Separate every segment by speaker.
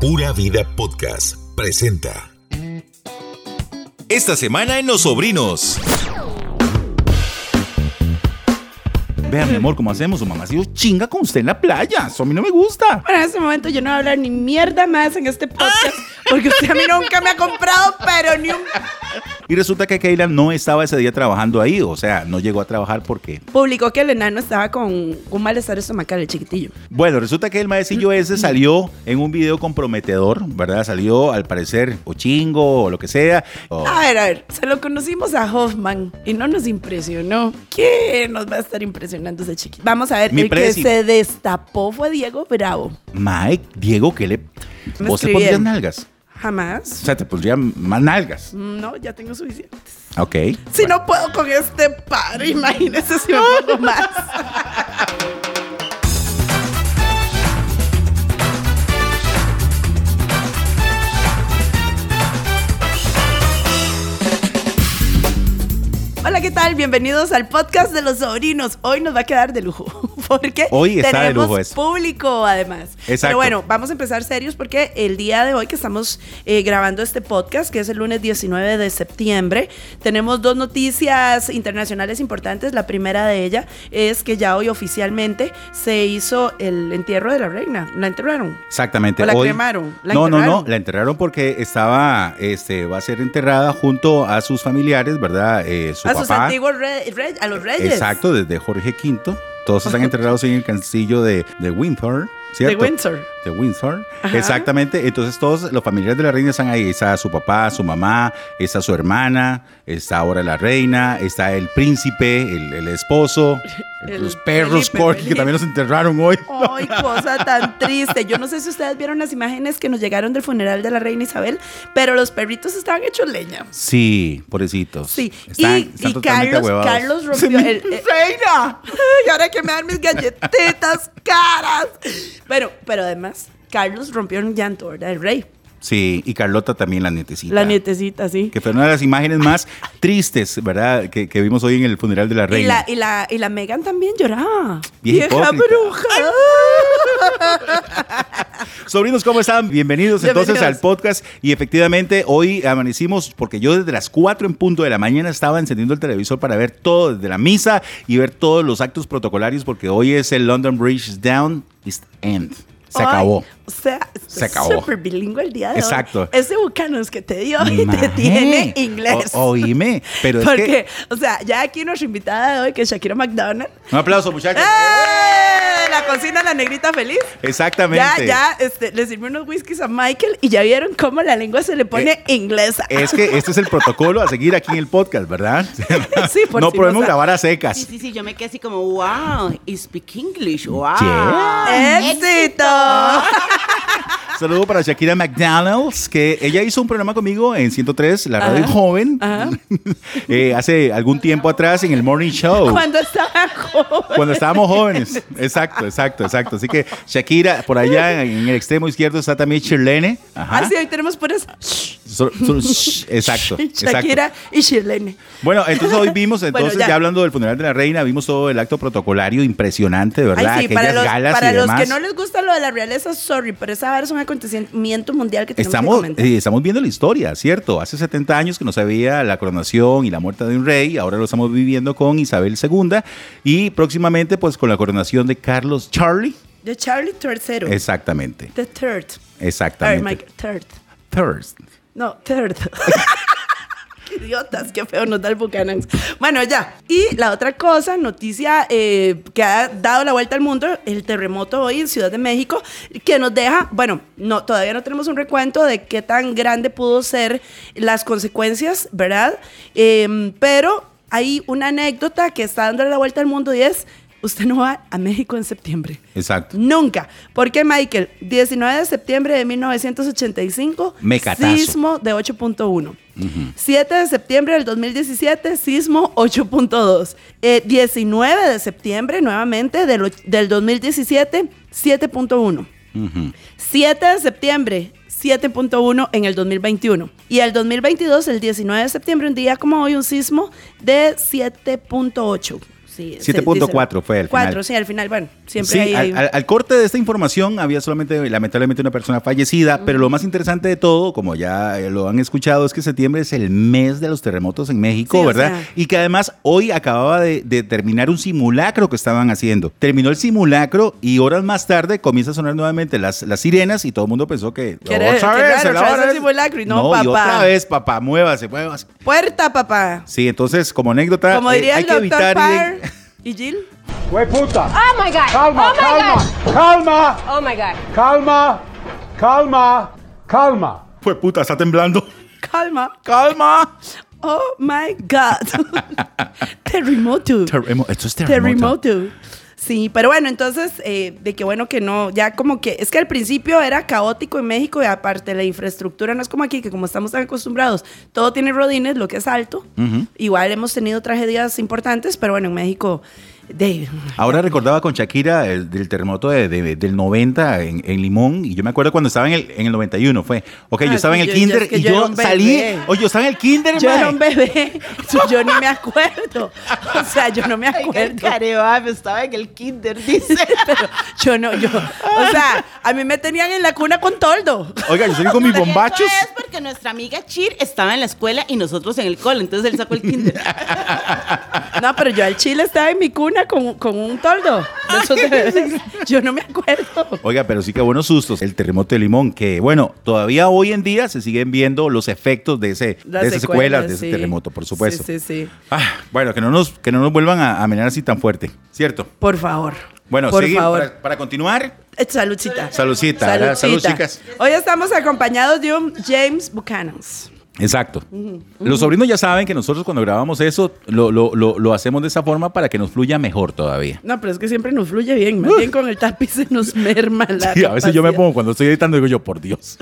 Speaker 1: Pura Vida Podcast presenta.
Speaker 2: Esta semana en Los Sobrinos. Vean, mi amor, ¿cómo hacemos? Su mamá se chinga con usted en la playa. Eso a mí no me gusta.
Speaker 3: Bueno, en este momento yo no voy a hablar ni mierda más en este podcast porque usted a mí nunca me ha comprado, pero ni un...
Speaker 2: Y resulta que Keila no estaba ese día trabajando ahí. O sea, no llegó a trabajar porque.
Speaker 3: Publicó que el enano estaba con un malestar estomacal, el chiquitillo.
Speaker 2: Bueno, resulta que el maecillo ese salió en un video comprometedor, ¿verdad? Salió al parecer o chingo o lo que sea. o-
Speaker 3: A ver, a ver, se lo conocimos a Hoffman y no nos impresionó. ¿Qué nos va a estar impresionando ese chiquillo? Vamos a ver,
Speaker 2: Mi
Speaker 3: el
Speaker 2: presi.
Speaker 3: que se destapó fue Diego Bravo.
Speaker 2: Mike, Diego, ¿qué le.
Speaker 3: Me
Speaker 2: Vos te
Speaker 3: escribieron.
Speaker 2: pondrías nalgas. O
Speaker 3: Jamás. Mm,
Speaker 2: sea, te pondrían más nalgas.
Speaker 3: No, ya tengo suficientes.
Speaker 2: Ok.
Speaker 3: Si no puedo con este par, imagínese si me pongo más. Hola, ¿qué tal? Bienvenidos al podcast de los sobrinos. Hoy nos va a quedar de lujo, porque
Speaker 2: Hoy está de
Speaker 3: tenemos
Speaker 2: lujo eso.
Speaker 3: público además.
Speaker 2: Exacto.
Speaker 3: Pero bueno, vamos a empezar serios porque el día de hoy que estamos eh, grabando este podcast, que es el lunes 19 de septiembre, tenemos dos noticias internacionales importantes. La primera de ellas es que ya hoy oficialmente se hizo el entierro de la reina. La enterraron.
Speaker 2: Exactamente.
Speaker 3: ¿O la
Speaker 2: Hoy-
Speaker 3: cremaron? ¿La
Speaker 2: no, no, no,
Speaker 3: enterraron?
Speaker 2: la enterraron porque estaba, este, va a ser enterrada junto a sus familiares, ¿verdad? Eh, su
Speaker 3: a
Speaker 2: papá.
Speaker 3: sus antiguos re- re- a los reyes.
Speaker 2: Exacto, desde Jorge V. Todos están enterrados en el castillo de, de Windsor,
Speaker 3: De
Speaker 2: ¿cierto?
Speaker 3: Windsor.
Speaker 2: De Windsor.
Speaker 3: Ajá.
Speaker 2: Exactamente. Entonces todos los familiares de la reina están ahí. Está su papá, su mamá, está su hermana, está ahora la reina, está el príncipe, el, el esposo,
Speaker 3: El
Speaker 2: los perros
Speaker 3: Felipe,
Speaker 2: Corgi que
Speaker 3: Felipe.
Speaker 2: también los enterraron hoy.
Speaker 3: Ay, cosa tan triste. Yo no sé si ustedes vieron las imágenes que nos llegaron del funeral de la reina Isabel, pero los perritos estaban hechos leña.
Speaker 2: Sí, pobrecitos.
Speaker 3: Sí,
Speaker 2: Están-
Speaker 3: y,
Speaker 2: están
Speaker 3: y
Speaker 2: totalmente
Speaker 3: Carlos,
Speaker 2: ahuevados.
Speaker 3: Carlos rompió el, ¡Reina! Y ahora que me dan mis galletitas caras. Bueno, pero además, Carlos rompió un llanto, ¿verdad? El rey.
Speaker 2: Sí, y Carlota también, la nietecita.
Speaker 3: La nietecita, sí.
Speaker 2: Que fue una de las imágenes más tristes, ¿verdad? Que, que vimos hoy en el funeral de la
Speaker 3: Y
Speaker 2: reina.
Speaker 3: la, y, la, y la Megan también lloraba.
Speaker 2: Vieja hipócrita.
Speaker 3: bruja.
Speaker 2: Sobrinos, ¿cómo están? Bienvenidos, entonces
Speaker 3: Bienvenidos.
Speaker 2: al podcast. Y efectivamente, hoy amanecimos, porque yo desde las 4 en punto de la mañana estaba encendiendo el televisor para ver todo, desde la misa y ver todos los actos protocolarios, porque hoy es el London Bridge is Down, East End. Se
Speaker 3: Ay,
Speaker 2: acabó.
Speaker 3: O sea,
Speaker 2: Se acabó.
Speaker 3: Súper bilingüe el día de hoy.
Speaker 2: Exacto.
Speaker 3: Ese bucanos que te dio y te
Speaker 2: Maje.
Speaker 3: tiene inglés.
Speaker 2: O- oíme, pero es
Speaker 3: Porque,
Speaker 2: que...
Speaker 3: o sea, ya aquí nuestra invitada de hoy, que es Shakira McDonald.
Speaker 2: Un aplauso, muchachos.
Speaker 3: ¡Eh! La cocina la negrita feliz.
Speaker 2: Exactamente.
Speaker 3: Ya, ya, este, le sirvió unos whiskies a Michael y ya vieron cómo la lengua se le pone
Speaker 2: Eh,
Speaker 3: inglesa.
Speaker 2: Es que este es el protocolo a seguir aquí en el podcast, ¿verdad?
Speaker 3: Sí, por
Speaker 2: no
Speaker 3: si
Speaker 2: podemos
Speaker 3: no sabe.
Speaker 2: grabar a
Speaker 4: Sí,
Speaker 2: secas.
Speaker 4: sí, sí, yo me quedé así como, wow, you speak English, wow.
Speaker 2: Yeah.
Speaker 3: Ah, ¡Éxito!
Speaker 2: Saludo para Shakira McDonald's, que ella hizo un programa conmigo en 103, la radio joven,
Speaker 3: Ajá.
Speaker 2: eh, hace algún tiempo atrás en el Morning Show.
Speaker 3: Cuando estaba joven.
Speaker 2: Cuando estábamos jóvenes. Exacto, exacto, exacto. Así que Shakira, por allá en el extremo izquierdo está también Chirlene. Ajá.
Speaker 3: Así hoy tenemos puras shh,
Speaker 2: So- so- shh, exacto, exacto.
Speaker 3: Shakira y Shirlene.
Speaker 2: Bueno, entonces hoy vimos, entonces
Speaker 3: Bueno,
Speaker 2: ya.
Speaker 3: ya.
Speaker 2: hablando del funeral de la reina, vimos todo el acto protocolario impresionante,
Speaker 3: Ay,
Speaker 2: ¿verdad?
Speaker 3: sí, para
Speaker 2: Aquellas
Speaker 3: los,
Speaker 2: galas
Speaker 3: para
Speaker 2: y
Speaker 3: los
Speaker 2: demás.
Speaker 3: que no les gusta lo de la realeza, sorry, pero esa vara es un acontecimiento mundial que tenemos que
Speaker 2: Estamos,
Speaker 3: comentar.
Speaker 2: eh, estamos viendo la historia, ¿cierto? Hace 70 años que no se veía la coronación y la muerte de un rey, ahora lo estamos viviendo con Isabel II y próximamente pues con la coronación de Carlos Charlie.
Speaker 3: De Charlie III.
Speaker 2: Exactamente,
Speaker 3: The Third. A ver,
Speaker 2: exactamente.
Speaker 3: Mike, Third.
Speaker 2: Thirst.
Speaker 3: No, third. Qué Idiotas, qué feo nos da el Buchanan's. Bueno, ya. Y la otra cosa, noticia eh, que ha dado la vuelta al mundo, el terremoto hoy en Ciudad de México, que nos deja, bueno, no, todavía no tenemos un recuento de qué tan grande pudo ser las consecuencias, ¿verdad? Eh, pero hay una anécdota que está dando la vuelta al mundo y es, usted no va a México en septiembre.
Speaker 2: Exacto.
Speaker 3: Nunca. Porque Michael, 19 de septiembre de 1985,
Speaker 2: Mecatazo.
Speaker 3: sismo de 8.1. 7 de septiembre del 2017, sismo 8.2. Eh, 19 de septiembre, nuevamente, del, och- del 2017, 7.1. 7 de septiembre, 7.1 en el 2021. Y el 2022, el 19 de septiembre, un día como hoy, un sismo de 7.8. Sí, se-
Speaker 2: 7.4
Speaker 3: dice-
Speaker 2: fue el final.
Speaker 3: Cuatro, sí, al final, bueno, siempre
Speaker 2: Sí,
Speaker 3: hay...
Speaker 2: al, al- al corte de esta información había solamente, lamentablemente, una persona fallecida, pero lo más interesante de todo, como ya eh, lo han escuchado, es que septiembre es el mes de los terremotos en México,
Speaker 3: Sí, o
Speaker 2: ¿verdad?
Speaker 3: sea.
Speaker 2: Y que además hoy acababa de, de terminar un simulacro que estaban haciendo. Terminó el simulacro y horas más tarde comienza a sonar nuevamente las, las sirenas y todo el mundo pensó que...
Speaker 3: Que era- que claro, otra vez el simulacro y no,
Speaker 2: y
Speaker 3: papá.
Speaker 2: otra vez, papá, muévase, muévase.
Speaker 3: Puerta, papá.
Speaker 2: Sí, entonces, como anécdota,
Speaker 3: Como
Speaker 2: eh,
Speaker 3: diría
Speaker 2: hay
Speaker 3: el
Speaker 2: que
Speaker 3: doctor
Speaker 2: evitar... ir en-
Speaker 3: Parr y Jill.
Speaker 5: ¡Güey puta!
Speaker 6: Oh my god!
Speaker 5: ¡Calma,
Speaker 6: oh my god!
Speaker 5: calma,
Speaker 6: Oh my god!
Speaker 5: calma, calma, calma, calma.
Speaker 2: Fue puta, está temblando.
Speaker 3: Calma.
Speaker 2: ¡Calma!
Speaker 3: Oh my God. Terremoto.
Speaker 2: Terremo- Esto es
Speaker 3: Terremoto. Sí, pero bueno, entonces, eh, de que bueno que no, ya como que, es que al principio era caótico en México y aparte la infraestructura no es como aquí, que como estamos tan acostumbrados, todo tiene rodines, lo que es alto. Igual hemos tenido tragedias importantes, pero bueno, en México, David.
Speaker 2: Ahora recordaba con Shakira el, del terremoto de- de- del 90 en, en Limón y yo me acuerdo cuando estaba en el, en el 91 fue. Ok, yo
Speaker 3: Ah,
Speaker 2: estaba en
Speaker 3: sí,
Speaker 2: el
Speaker 3: yo- yo
Speaker 2: kinder
Speaker 3: es que
Speaker 2: y
Speaker 3: yo era
Speaker 2: yo
Speaker 3: un
Speaker 2: salí.
Speaker 3: bebé.
Speaker 2: Oye, yo estaba en el kinder,
Speaker 3: Yo
Speaker 2: mae.
Speaker 3: era un bebé, yo ni me acuerdo. O sea, yo no me acuerdo.
Speaker 4: Careva, estaba en el kinder, dice.
Speaker 3: Pero yo no, yo, o sea, a mí me tenían en la cuna con toldo.
Speaker 2: Oiga, yo salí con mis
Speaker 4: Pero
Speaker 2: bombachos.
Speaker 4: Eso es porque nuestra amiga Chir estaba en la escuela y nosotros en el cole, entonces él sacó el kinder.
Speaker 3: No, pero yo al chile estaba en mi cuna con, con un toldo. De esos de bebés. Yo no me acuerdo.
Speaker 2: Oiga, pero sí que buenos sustos. El terremoto de Limón, que bueno, todavía hoy en día se siguen viendo los efectos de, ese,
Speaker 3: Las
Speaker 2: de esas secuelas de
Speaker 3: sí.
Speaker 2: ese terremoto, por supuesto.
Speaker 3: Sí, sí, sí.
Speaker 2: Ah, bueno, que no nos, que no nos vuelvan a amenazar así tan fuerte, ¿cierto?
Speaker 3: Por favor.
Speaker 2: Bueno,
Speaker 3: por
Speaker 2: seguimos.
Speaker 3: favor.
Speaker 2: Para, para continuar,
Speaker 3: Eh, Saludcita.
Speaker 2: Saludcita, ¿verdad? Salud, chicas.
Speaker 3: Hoy estamos acompañados de un James Buchanan.
Speaker 2: Exacto. Los sobrinos ya saben que nosotros cuando grabamos eso lo, lo- lo- lo hacemos de esa forma para que nos fluya mejor todavía.
Speaker 3: No, pero es que siempre nos fluye bien. Más bien con el tapiz se nos merma la
Speaker 2: Sí, a veces yo me
Speaker 3: capacidad.
Speaker 2: pongo cuando estoy editando digo yo, por Dios.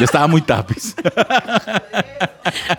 Speaker 2: Yo estaba muy tapiz.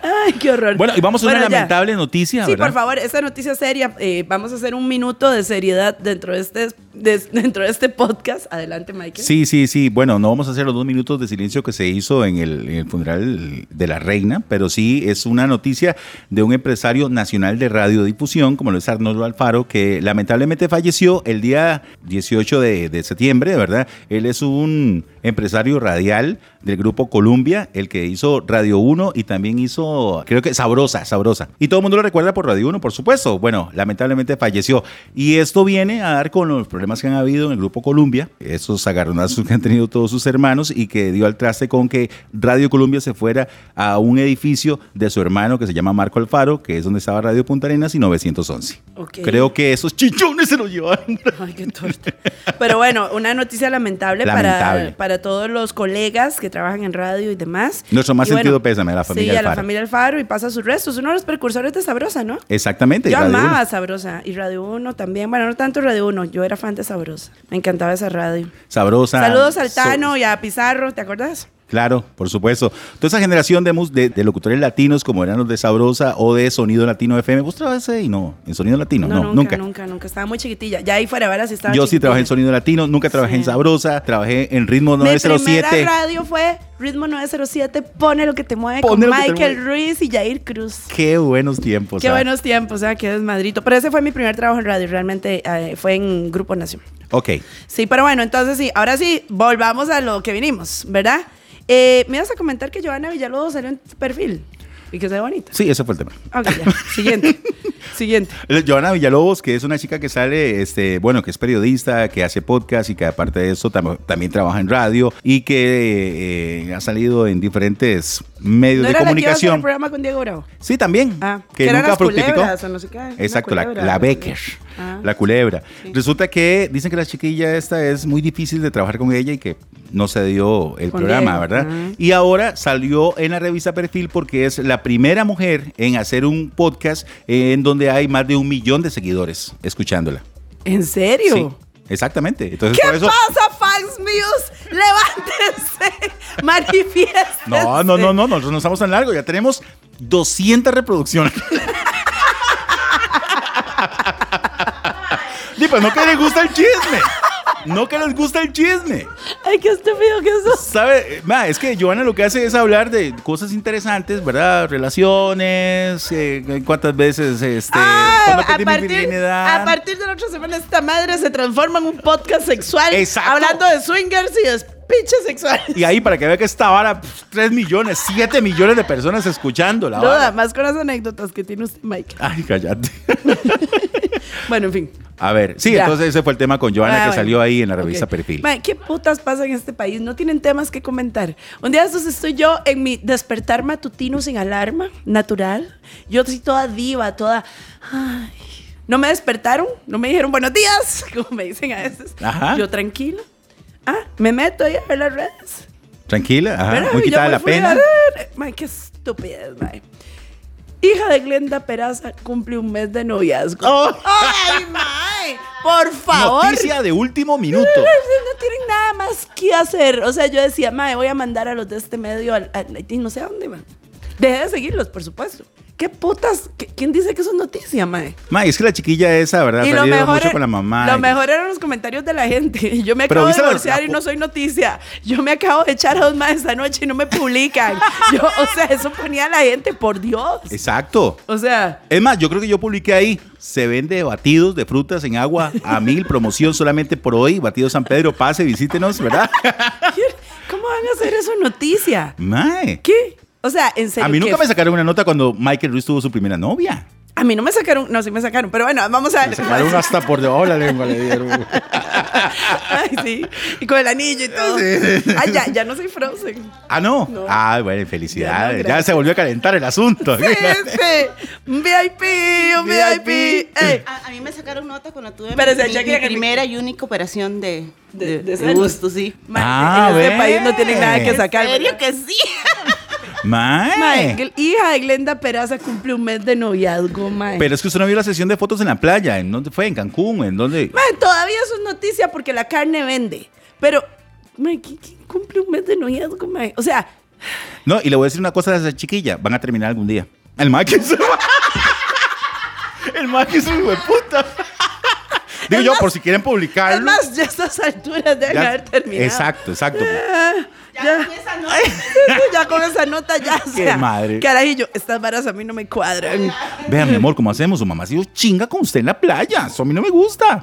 Speaker 3: Ay, qué horror.
Speaker 2: Bueno, y vamos a una
Speaker 3: Bueno, ya.
Speaker 2: lamentable noticia,
Speaker 3: Sí,
Speaker 2: ¿verdad?
Speaker 3: por favor, esta noticia seria. eh, vamos a hacer un minuto de seriedad dentro de este, de- dentro de este podcast. Adelante, Michael.
Speaker 2: Sí, sí, sí. Bueno, no vamos a hacer los dos minutos de silencio que se hizo en el, en el funeral de la reina, pero sí es una noticia de un empresario nacional de radiodifusión, como lo es Arnoldo Alfaro, que lamentablemente falleció el día 18 de, de septiembre, ¿verdad? Él es un empresario radial del grupo Columbia, el que hizo Radio 1 y también hizo, creo que Sabrosa, Sabrosa. Y todo el mundo lo recuerda por Radio 1, por supuesto. Bueno, lamentablemente falleció. Y esto viene a dar con los problemas que han habido en el Grupo Columbia, esos agarronazos que han tenido todos sus hermanos y que dio al traste con que Radio Columbia se fuera a un edificio de su hermano que se llama Marco Alfaro, que es donde estaba Radio Punta Arenas y 911.
Speaker 3: Ok.
Speaker 2: Creo que esos chichones se los llevaron.
Speaker 3: Ay, qué torta. Pero bueno, una noticia lamentable,
Speaker 2: Lamentable.
Speaker 3: Para, para todos los colegas que trabajan en radio y demás.
Speaker 2: Nuestro más
Speaker 3: Y bueno,
Speaker 2: sentido pésame a la familia
Speaker 3: Sí, a la
Speaker 2: Alfaro.
Speaker 3: familia Alfaro y pasa sus restos. Uno de los precursores de Sabrosa, ¿no?
Speaker 2: Exactamente.
Speaker 3: Yo
Speaker 2: Radio
Speaker 3: amaba
Speaker 2: 1.
Speaker 3: Sabrosa y Radio 1 también. Bueno, no tanto Radio 1, yo era fan de Sabrosa. Me encantaba esa radio.
Speaker 2: Sabrosa.
Speaker 3: Saludos al
Speaker 2: so-
Speaker 3: Tano y a Pizarro, ¿te acuerdas?
Speaker 2: Claro, por supuesto. Toda esa generación de, mus- de, de locutores latinos como eran los de Sabrosa o de Sonido Latino FM. ¿Vos trabajaste y no? ¿En Sonido Latino? No, nunca.
Speaker 3: nunca. Nunca, nunca. Estaba muy chiquitilla. Ya ahí fuera de varas estaba
Speaker 2: Yo sí trabajé en
Speaker 3: chiquitilla.
Speaker 2: Sonido Latino, nunca trabajé
Speaker 3: Sí.
Speaker 2: en Sabrosa, trabajé en Ritmo
Speaker 3: Mi primera
Speaker 2: 907.
Speaker 3: radio fue Ritmo 907, Pone lo que te mueve
Speaker 2: Pone lo
Speaker 3: con
Speaker 2: que te
Speaker 3: Michael
Speaker 2: mueve.
Speaker 3: Ruiz y Jair Cruz.
Speaker 2: Qué buenos tiempos.
Speaker 3: Qué
Speaker 2: ah.
Speaker 3: buenos tiempos, ah, qué desmadrito. Pero ese fue mi primer trabajo en radio, realmente eh, fue en Grupo Nación.
Speaker 2: Ok.
Speaker 3: Sí, pero bueno, entonces sí, ahora sí, volvamos a lo que vinimos, ¿verdad? Eh, me ibas a comentar que Giovanna Villalobos salió en tu perfil y que se ve bonita.
Speaker 2: Sí, ese fue el tema.
Speaker 3: Ok, ya. Siguiente. Siguiente.
Speaker 2: Eh, Joana Villalobos, que es una chica que sale, este, bueno, que es periodista, que hace podcast y que aparte de eso tam- también trabaja en radio y que eh, ha salido en diferentes medios
Speaker 3: ¿No
Speaker 2: de
Speaker 3: era la que iba a hacer el
Speaker 2: comunicación.
Speaker 3: programa con Diego Bravo?
Speaker 2: Sí, también.
Speaker 3: Ah,
Speaker 2: que,
Speaker 3: que eran
Speaker 2: nunca
Speaker 3: las
Speaker 2: fructificó.
Speaker 3: culebras, o no sé qué, una
Speaker 2: Exacto, la,
Speaker 3: culebra,
Speaker 2: la
Speaker 3: no sé
Speaker 2: Becker.
Speaker 3: qué. Ah.
Speaker 2: La culebra. Resulta que dicen que la chiquilla esta es muy difícil de trabajar con ella y que no se dio el
Speaker 3: Con
Speaker 2: programa,
Speaker 3: Diego,
Speaker 2: ¿verdad?
Speaker 3: ajá.
Speaker 2: Y ahora salió en la revista Perfil porque es la primera mujer en hacer un podcast en donde hay más de un millón de seguidores escuchándola.
Speaker 3: ¿En serio?
Speaker 2: Sí, exactamente. Entonces,
Speaker 3: ¿Qué
Speaker 2: por eso.
Speaker 3: pasa, fans míos? Levántense, manifiestense.
Speaker 2: No, no,
Speaker 3: Este.
Speaker 2: no, no, nosotros no estamos tan largos, ya tenemos 200 reproducciones. Di, pues no que les gusta el chisme. No que les gusta el chisme.
Speaker 3: Ay, qué estúpido que sos.
Speaker 2: ¿Sabe? Ma, es que Joana lo que hace es hablar de cosas interesantes, ¿verdad? Relaciones, eh, cuántas veces, este,
Speaker 3: Ah,
Speaker 2: cuándo
Speaker 3: a,
Speaker 2: perdí mi
Speaker 3: partir,
Speaker 2: virginidad.
Speaker 3: a partir de la otra semana esta madre se transforma en un podcast sexual
Speaker 2: Exacto.
Speaker 3: hablando de swingers y de pinches sexuales.
Speaker 2: Y ahí para que vea que esta vara, 3 millones, 7 millones de personas escuchando la
Speaker 3: No, nada
Speaker 2: vara.
Speaker 3: más con las anécdotas que tiene usted, Mike.
Speaker 2: Ay, cállate.
Speaker 3: Bueno, en fin.
Speaker 2: A ver, sí,
Speaker 3: Ya.
Speaker 2: entonces ese fue el tema con Joana
Speaker 3: Ah,
Speaker 2: que
Speaker 3: bueno.
Speaker 2: salió ahí en la revista
Speaker 3: Ok.
Speaker 2: Perfil.
Speaker 3: Mae, ¿Qué putas pasa en este país? No tienen temas que comentar. Un día de estos estoy yo en mi despertar matutino sin alarma, natural. Yo estoy toda diva, toda... ay. No me despertaron, no me dijeron buenos días, como me dicen a veces.
Speaker 2: Ajá.
Speaker 3: Yo tranquilo. Ah, me meto ahí a ver las redes.
Speaker 2: Tranquila, ajá,
Speaker 3: ¿verdad?
Speaker 2: Ah, muy
Speaker 3: Y yo
Speaker 2: quitada
Speaker 3: me
Speaker 2: la
Speaker 3: fui a
Speaker 2: pena.
Speaker 3: ver. Mae, qué estupidez, mae. Hija de Glenda Peraza cumple un mes de noviazgo.
Speaker 2: Oh.
Speaker 3: ¡Ay, mae! Por favor.
Speaker 2: Noticia de último minuto.
Speaker 3: No tienen nada más que hacer. O sea, yo decía, mae, voy a mandar a los de este medio al, al- y no sé a dónde, man. Dejé de seguirlos, por supuesto. ¿Qué putas? ¿Qué- ¿Quién dice que eso es noticia, mae?
Speaker 2: Ma, es que la chiquilla esa, ¿verdad?
Speaker 3: Y
Speaker 2: Ha
Speaker 3: lo
Speaker 2: salido
Speaker 3: mejor,
Speaker 2: mucho
Speaker 3: era-
Speaker 2: con la mamá.
Speaker 3: lo
Speaker 2: y-
Speaker 3: mejor eran los comentarios de la gente. Yo me
Speaker 2: Pero
Speaker 3: acabo de
Speaker 2: ¿viste la-
Speaker 3: divorciar
Speaker 2: la
Speaker 3: y
Speaker 2: po-
Speaker 3: no soy noticia. Yo me acabo de echar a dos más esta noche y no me publican. Yo, o sea, eso ponía a la gente, por Dios.
Speaker 2: Exacto.
Speaker 3: O sea,
Speaker 2: Es más, yo creo que yo publiqué ahí. Se vende batidos de frutas en agua a mil. Promoción solamente por hoy. Batido San Pedro, pase, visítenos, ¿verdad?
Speaker 3: ¿cómo van a hacer eso noticia?
Speaker 2: Mae.
Speaker 3: ¿Qué? O sea, en serio.
Speaker 2: A mí nunca
Speaker 3: ¿qué
Speaker 2: me sacaron una nota cuando Michael Ruiz tuvo su primera novia.
Speaker 3: A mí no me sacaron, no, sí me sacaron, pero bueno, vamos a ver.
Speaker 2: Me sacaron hasta por debajo de la lengua, le dieron.
Speaker 3: Ay, sí. Y con el anillo y todo. Ay, ya, ya no soy Frozen.
Speaker 2: Ah, no.
Speaker 3: No.
Speaker 2: Ah, bueno,
Speaker 3: Ya no,
Speaker 2: felicidades. Ya,
Speaker 3: gracias.
Speaker 2: se volvió a calentar el asunto.
Speaker 3: Ese, un VIP, un VIP. Ey,
Speaker 4: A, a mí me sacaron nota cuando tuve mi-
Speaker 3: Espérese,
Speaker 4: mi,
Speaker 3: ya
Speaker 4: mi
Speaker 3: que-
Speaker 4: primera y única operación de,
Speaker 3: De-
Speaker 4: de,
Speaker 3: de
Speaker 4: de
Speaker 3: senos.
Speaker 4: gusto, sí.
Speaker 3: mae,
Speaker 2: Ah,
Speaker 3: en este
Speaker 2: ve.
Speaker 3: país no tienen nada que
Speaker 2: ¿En
Speaker 3: sacar.
Speaker 4: ¿En serio que sí?
Speaker 3: Mae,
Speaker 2: Mae.
Speaker 3: gl- hija de Glenda Peraza cumple un mes de noviazgo, mae.
Speaker 2: Pero es que usted no vio la sesión de fotos en la playa. ¿En dónde fue? ¿En Cancún? ¿En dónde?
Speaker 3: Mae, todavía eso es noticia porque la carne vende. Pero, mae, ¿qui- ¿quién cumple un mes de noviazgo, mae? O sea,
Speaker 2: No, y le voy a decir una cosa a esa chiquilla. Van a terminar algún día. El mae que se va. El mae que es un puta. Digo
Speaker 3: Es
Speaker 2: yo,
Speaker 3: más-
Speaker 2: por si quieren publicarlo.
Speaker 3: es más, ya a estas alturas deben
Speaker 2: ya-
Speaker 3: haber terminado.
Speaker 2: Exacto, exacto.
Speaker 3: Ya, ya con esa nota, ya. O
Speaker 2: Qué
Speaker 3: sea,
Speaker 2: madre.
Speaker 3: Carajillo, estas varas a mí no me cuadran.
Speaker 2: Vean, mi amor, ¿cómo hacemos? Su mamá se dio chinga con usted en la playa. Eso a mí no me gusta.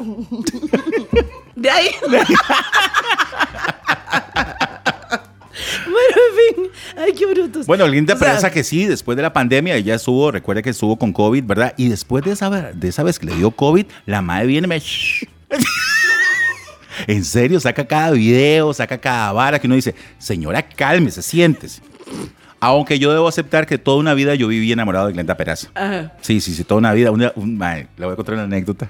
Speaker 3: De ahí. bueno, en fin. Ay, qué brutos.
Speaker 2: Bueno, alguien te
Speaker 3: O sea,
Speaker 2: que sí, después de la pandemia, ella estuvo, recuerda que estuvo con COVID, ¿verdad? Y después de esa, de esa vez que le dio COVID, la madre viene y me... en serio, saca cada video, saca cada vara que uno dice, señora, cálmese, siéntese. Aunque yo debo aceptar que toda una vida yo viví enamorado de Glenda Peraza.
Speaker 3: Ajá.
Speaker 2: Sí, sí, sí, toda una vida. Una, un- mae, le voy a contar una anécdota.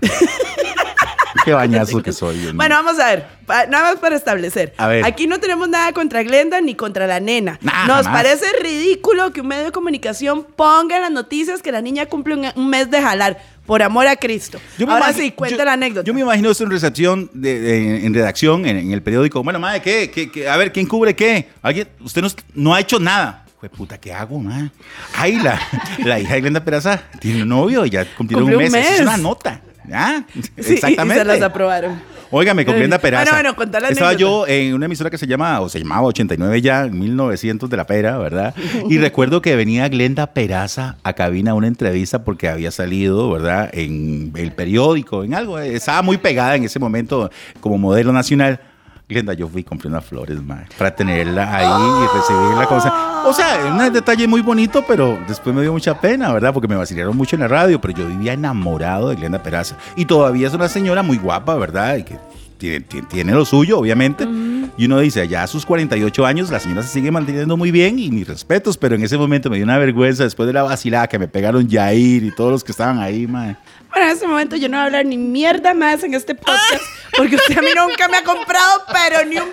Speaker 2: Qué bañazo que soy. Dios mío.
Speaker 3: Bueno, vamos a ver. Pa- nada más para establecer.
Speaker 2: A ver.
Speaker 3: Aquí no tenemos nada contra Glenda ni contra la nena.
Speaker 2: Nah,
Speaker 3: Nos
Speaker 2: jamás.
Speaker 3: parece ridículo que un medio de comunicación ponga en las noticias que la niña cumple un, un mes de jalar. Por amor a Cristo.
Speaker 2: Yo me
Speaker 3: Ahora
Speaker 2: imagi-
Speaker 3: sí, cuenta
Speaker 2: yo-
Speaker 3: la anécdota.
Speaker 2: Yo me imagino esto en recepción, de- de- en redacción, en, en el periódico. Bueno, madre, ¿qué, ¿Qué- qué? A ver, ¿quién cubre qué? ¿Alguien? Usted no, no ha hecho nada. Jue puta, ¿qué hago, madre? Ay, la, la hija de Glenda Peraza tiene un novio y ya cumplió un
Speaker 3: Cumplió un
Speaker 2: mes. Eso Es
Speaker 3: mes.
Speaker 2: una nota. Ah,
Speaker 3: Sí, y-
Speaker 2: exactamente.
Speaker 3: Y, se las aprobaron.
Speaker 2: Óigame, con Glenda Peraza.
Speaker 3: Bueno, bueno, contá la
Speaker 2: Estaba yo
Speaker 3: anécdota.
Speaker 2: en una emisora que se llama, o se llamaba 89 ya, en 1900 de la pera, ¿verdad? Y recuerdo que venía Glenda Peraza a cabina a una entrevista porque había salido, ¿verdad? En el periódico, en algo. eh, Estaba muy pegada en ese momento como modelo nacional. Glenda, yo fui y compré unas flores, madre, para tenerla ahí y recibirla. Como sea. O sea, era un detalle muy bonito, pero después me dio mucha pena, ¿verdad? Porque me vacilaron mucho en la radio, pero yo vivía enamorado de Glenda Peraza. Y todavía es una señora muy guapa, ¿verdad? Y que tiene, tiene- tiene lo suyo, obviamente. Y uno dice, ya a sus 48 años, la señora se sigue manteniendo muy bien y mis respetos, pero en ese momento me dio una vergüenza después de la vacilada que me pegaron Yair y todos los que estaban ahí, madre.
Speaker 3: Bueno, en este momento yo no voy a hablar ni mierda más en este podcast porque usted a mí nunca me ha comprado, pero ni un.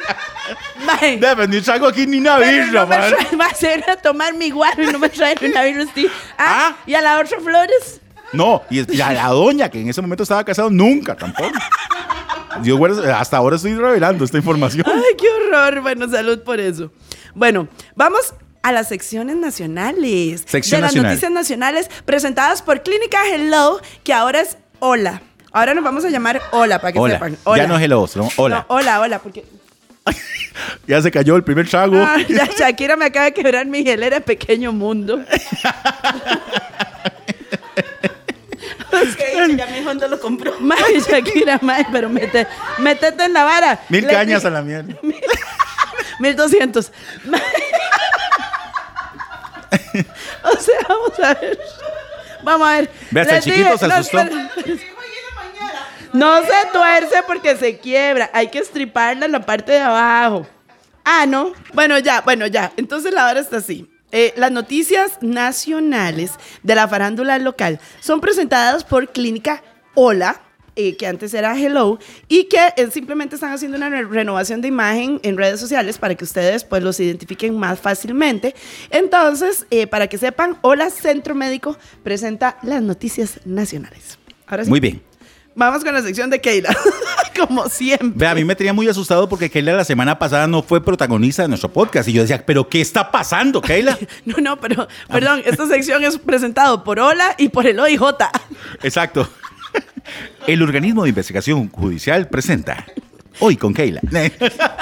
Speaker 3: Mae.
Speaker 2: Debe, ni salgo aquí ni una
Speaker 3: pero
Speaker 2: birra,
Speaker 3: no me
Speaker 2: madre.
Speaker 3: trae, va a ser a tomar mi guaro y no me traen una virus tea. Ah,
Speaker 2: Ah.
Speaker 3: y a la otra flores.
Speaker 2: No, y, es- y a la doña que en ese momento estaba casado nunca tampoco. Yo bueno, hasta ahora estoy revelando esta información.
Speaker 3: Ay, qué horror. Bueno, salud por eso. Bueno, vamos a las secciones nacionales.
Speaker 2: Sección
Speaker 3: de las
Speaker 2: nacional.
Speaker 3: noticias nacionales presentadas por Clínica Hello, que ahora es Hola. Ahora nos vamos a llamar Hola para que
Speaker 2: Hola.
Speaker 3: sepan.
Speaker 2: Ya no es el otro,
Speaker 3: No,
Speaker 2: hola.
Speaker 3: hola, hola, porque.
Speaker 2: Ya se cayó el primer trago.
Speaker 3: Ah, ya Shakira me acaba de quebrar mi gelera pequeño mundo.
Speaker 4: Ok, ya mi hijo no lo compró.
Speaker 3: Mae, Shakira, mae, pero mete, métete en la vara.
Speaker 2: Mil
Speaker 3: Le-
Speaker 2: cañas a la mierda.
Speaker 3: 1200. Mae. o sea, vamos a ver. Vamos a ver.
Speaker 2: Ve, hasta
Speaker 3: Les
Speaker 2: el chiquito se
Speaker 3: no,
Speaker 2: asustó.
Speaker 3: espera. No se tuerce porque se quiebra. Hay que estriparla en la parte de abajo. Ah, no. Bueno, ya, bueno, ya. Entonces la hora está así. Eh, las noticias nacionales de la farándula local son presentadas por Clínica Hola, eh, que antes era Hello, y que eh, simplemente están haciendo una re- renovación de imagen en redes sociales para que ustedes pues los identifiquen más fácilmente. Entonces, eh, para que sepan, Hola Centro Médico presenta las noticias nacionales. Ahora sí.
Speaker 2: Muy bien.
Speaker 3: Vamos con la sección de Keila, como siempre.
Speaker 2: Ve, a mí me tenía muy asustado porque Keila la semana pasada no fue protagonista de nuestro podcast. Y yo decía, ¿pero qué está pasando, Keila?
Speaker 3: No, no, pero, perdón, esta sección es presentado por Ola y por el OIJ.
Speaker 2: Exacto. El organismo de investigación judicial presenta hoy con Keila.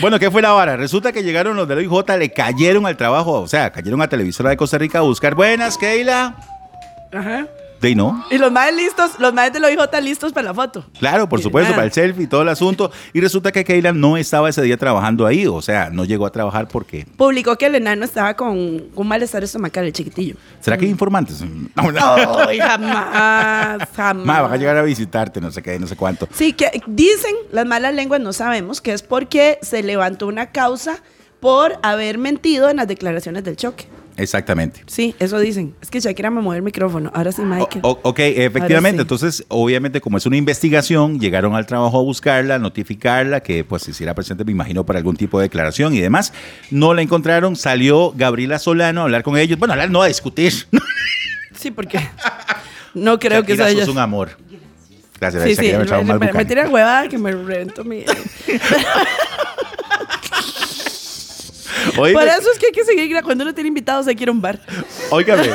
Speaker 2: Bueno, ¿qué fue la vara? Resulta que llegaron los del OIJ, le cayeron al trabajo, o sea, cayeron a Televisora de Costa Rica a buscar buenas, Keila.
Speaker 3: Ajá.
Speaker 2: De ahí no.
Speaker 3: Y los más listos, los más del OIJ listos para la foto.
Speaker 2: Claro, por supuesto,
Speaker 3: Nada.
Speaker 2: para el selfie y todo el asunto. Y resulta que Keila no estaba ese día trabajando ahí, o sea, no llegó a trabajar porque.
Speaker 3: Publicó que el enano estaba con un malestar estomacal, el chiquitillo.
Speaker 2: ¿Será que hay informantes? No, no.
Speaker 3: Ay, jamás, jamás.
Speaker 2: Ma, van a llegar a visitarte, no sé qué, no sé cuánto.
Speaker 3: Sí, que dicen las malas lenguas, no sabemos, que es porque se levantó una causa por haber mentido en las declaraciones del choque.
Speaker 2: Exactamente.
Speaker 3: Sí, eso dicen. Es que Shakira me movió el micrófono. Ahora sí, Michael.
Speaker 2: O- ok, efectivamente.
Speaker 3: sí.
Speaker 2: Entonces, obviamente, como es una investigación, llegaron al trabajo a buscarla, a notificarla, que pues se hiciera presente, me imagino, para algún tipo de declaración y demás. No la encontraron. Salió Gabriela Solano a hablar con ellos. Bueno, a hablar no, a discutir.
Speaker 3: Sí, porque no creo que
Speaker 2: Shakira,
Speaker 3: sea
Speaker 2: sos
Speaker 3: ella.
Speaker 2: un amor. Gracias,
Speaker 3: Sí, sí,
Speaker 2: Shakira, me trajo
Speaker 3: me,
Speaker 2: más
Speaker 3: me, me
Speaker 2: bucana.
Speaker 3: tira huevada que me reventó mi...
Speaker 2: Oíme,
Speaker 3: Por eso es que hay que seguir gra- cuando uno tiene invitados hay que ir a un bar.
Speaker 2: óigame.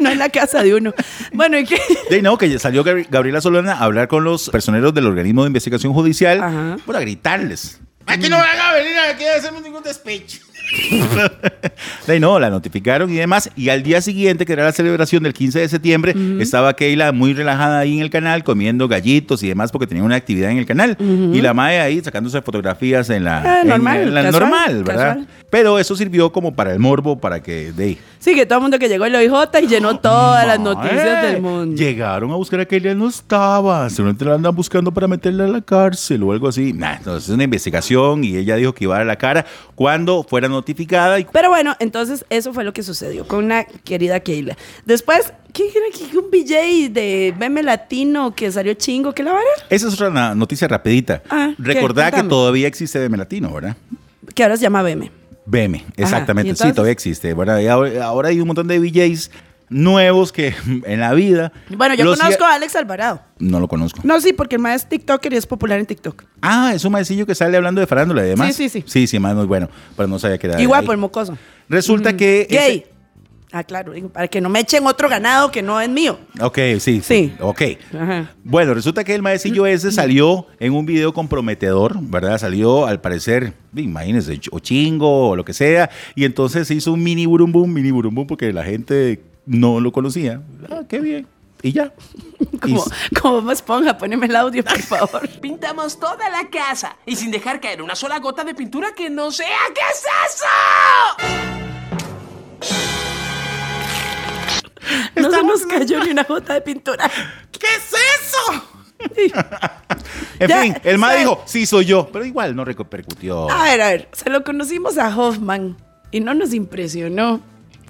Speaker 3: no en la casa de uno. Bueno, ¿y qué?
Speaker 2: De ahí, no, que salió Gabri- Gabriela Solana a hablar con los personeros del organismo de investigación judicial
Speaker 3: Ajá.
Speaker 2: para gritarles.
Speaker 6: Aquí no van a venir aquí a hacernos ningún despecho.
Speaker 2: De ahí, no, la notificaron y demás. Y al día siguiente, que era la celebración del 15 de septiembre, estaba Keila muy relajada ahí en el canal, comiendo gallitos y demás, porque tenía una actividad en el canal. Y la Mae ahí sacándose fotografías en la,
Speaker 3: Ah,
Speaker 2: en-
Speaker 3: normal,
Speaker 2: en la
Speaker 3: casual,
Speaker 2: normal, ¿verdad?
Speaker 3: casual.
Speaker 2: Pero eso sirvió como para el morbo, para que de ahí,
Speaker 3: Sí, que todo el mundo que llegó el OIJ y llenó todas
Speaker 2: eh.
Speaker 3: las noticias
Speaker 2: Mae,
Speaker 3: del mundo.
Speaker 2: Llegaron a buscar a que ella no estaba. Seguramente la andan buscando para meterla a la cárcel o algo así. Nah, no, es una investigación y ella dijo que iba a dar la cara cuando fuera notificada. Y
Speaker 3: Pero bueno, entonces eso fue lo que sucedió con la querida Keila. Después, ¿qué era que un BJ de meme latino que salió chingo? ¿Qué la vara?
Speaker 2: esa es otra na- noticia rapidita.
Speaker 3: Ah, ¿qué?
Speaker 2: Recordá que
Speaker 3: Contame.
Speaker 2: todavía existe BM Latino, ¿verdad?
Speaker 3: Que ahora se llama BM.
Speaker 2: BM,
Speaker 3: ¿y
Speaker 2: exactamente. sí,
Speaker 3: entonces?
Speaker 2: todavía existe. Bueno, y ahora, ahora hay un montón de DJs nuevos que en la vida.
Speaker 3: Bueno, yo
Speaker 2: los-
Speaker 3: conozco a Alex Alvarado.
Speaker 2: No lo conozco.
Speaker 3: No, sí, porque el maestro es TikToker y es popular en TikTok.
Speaker 2: Ah, es un maecillo que sale hablando de farándula y demás.
Speaker 3: Sí, sí, sí.
Speaker 2: Sí, sí, más muy bueno. Pero no sabía que era. de
Speaker 3: Y
Speaker 2: ahí.
Speaker 3: guapo, el mocoso.
Speaker 2: Resulta que.
Speaker 3: Mm. Gay.
Speaker 2: ese-
Speaker 3: Ah, claro, digo, para que no me echen otro ganado que no es mío.
Speaker 2: Ok, sí, sí.
Speaker 3: Sí.
Speaker 2: Ok.
Speaker 3: Ajá.
Speaker 2: Bueno, resulta que el maecillo ese salió en un video comprometedor, ¿verdad? Salió, al parecer, imagínense, ch- o chingo o lo que sea. Y entonces hizo un mini burum bum, mini burum bum, porque la gente no lo conocía. Ah, qué bien. Y ya. Y
Speaker 3: Como, como Bob esponja, poneme el audio, por favor.
Speaker 7: Pintamos toda la casa y sin dejar caer una sola gota de pintura que no sea. ¿Qué es eso?
Speaker 3: No se nos cayó ni una gota de pintura.
Speaker 6: ¿Qué es eso?
Speaker 2: en
Speaker 3: Ya,
Speaker 2: fin, el mae
Speaker 3: ¿sabes?
Speaker 2: dijo, sí, soy yo. Pero igual no repercutió.
Speaker 3: A
Speaker 6: Ah,
Speaker 3: ver, a ver, se lo conocimos a Hoffman y no nos impresionó.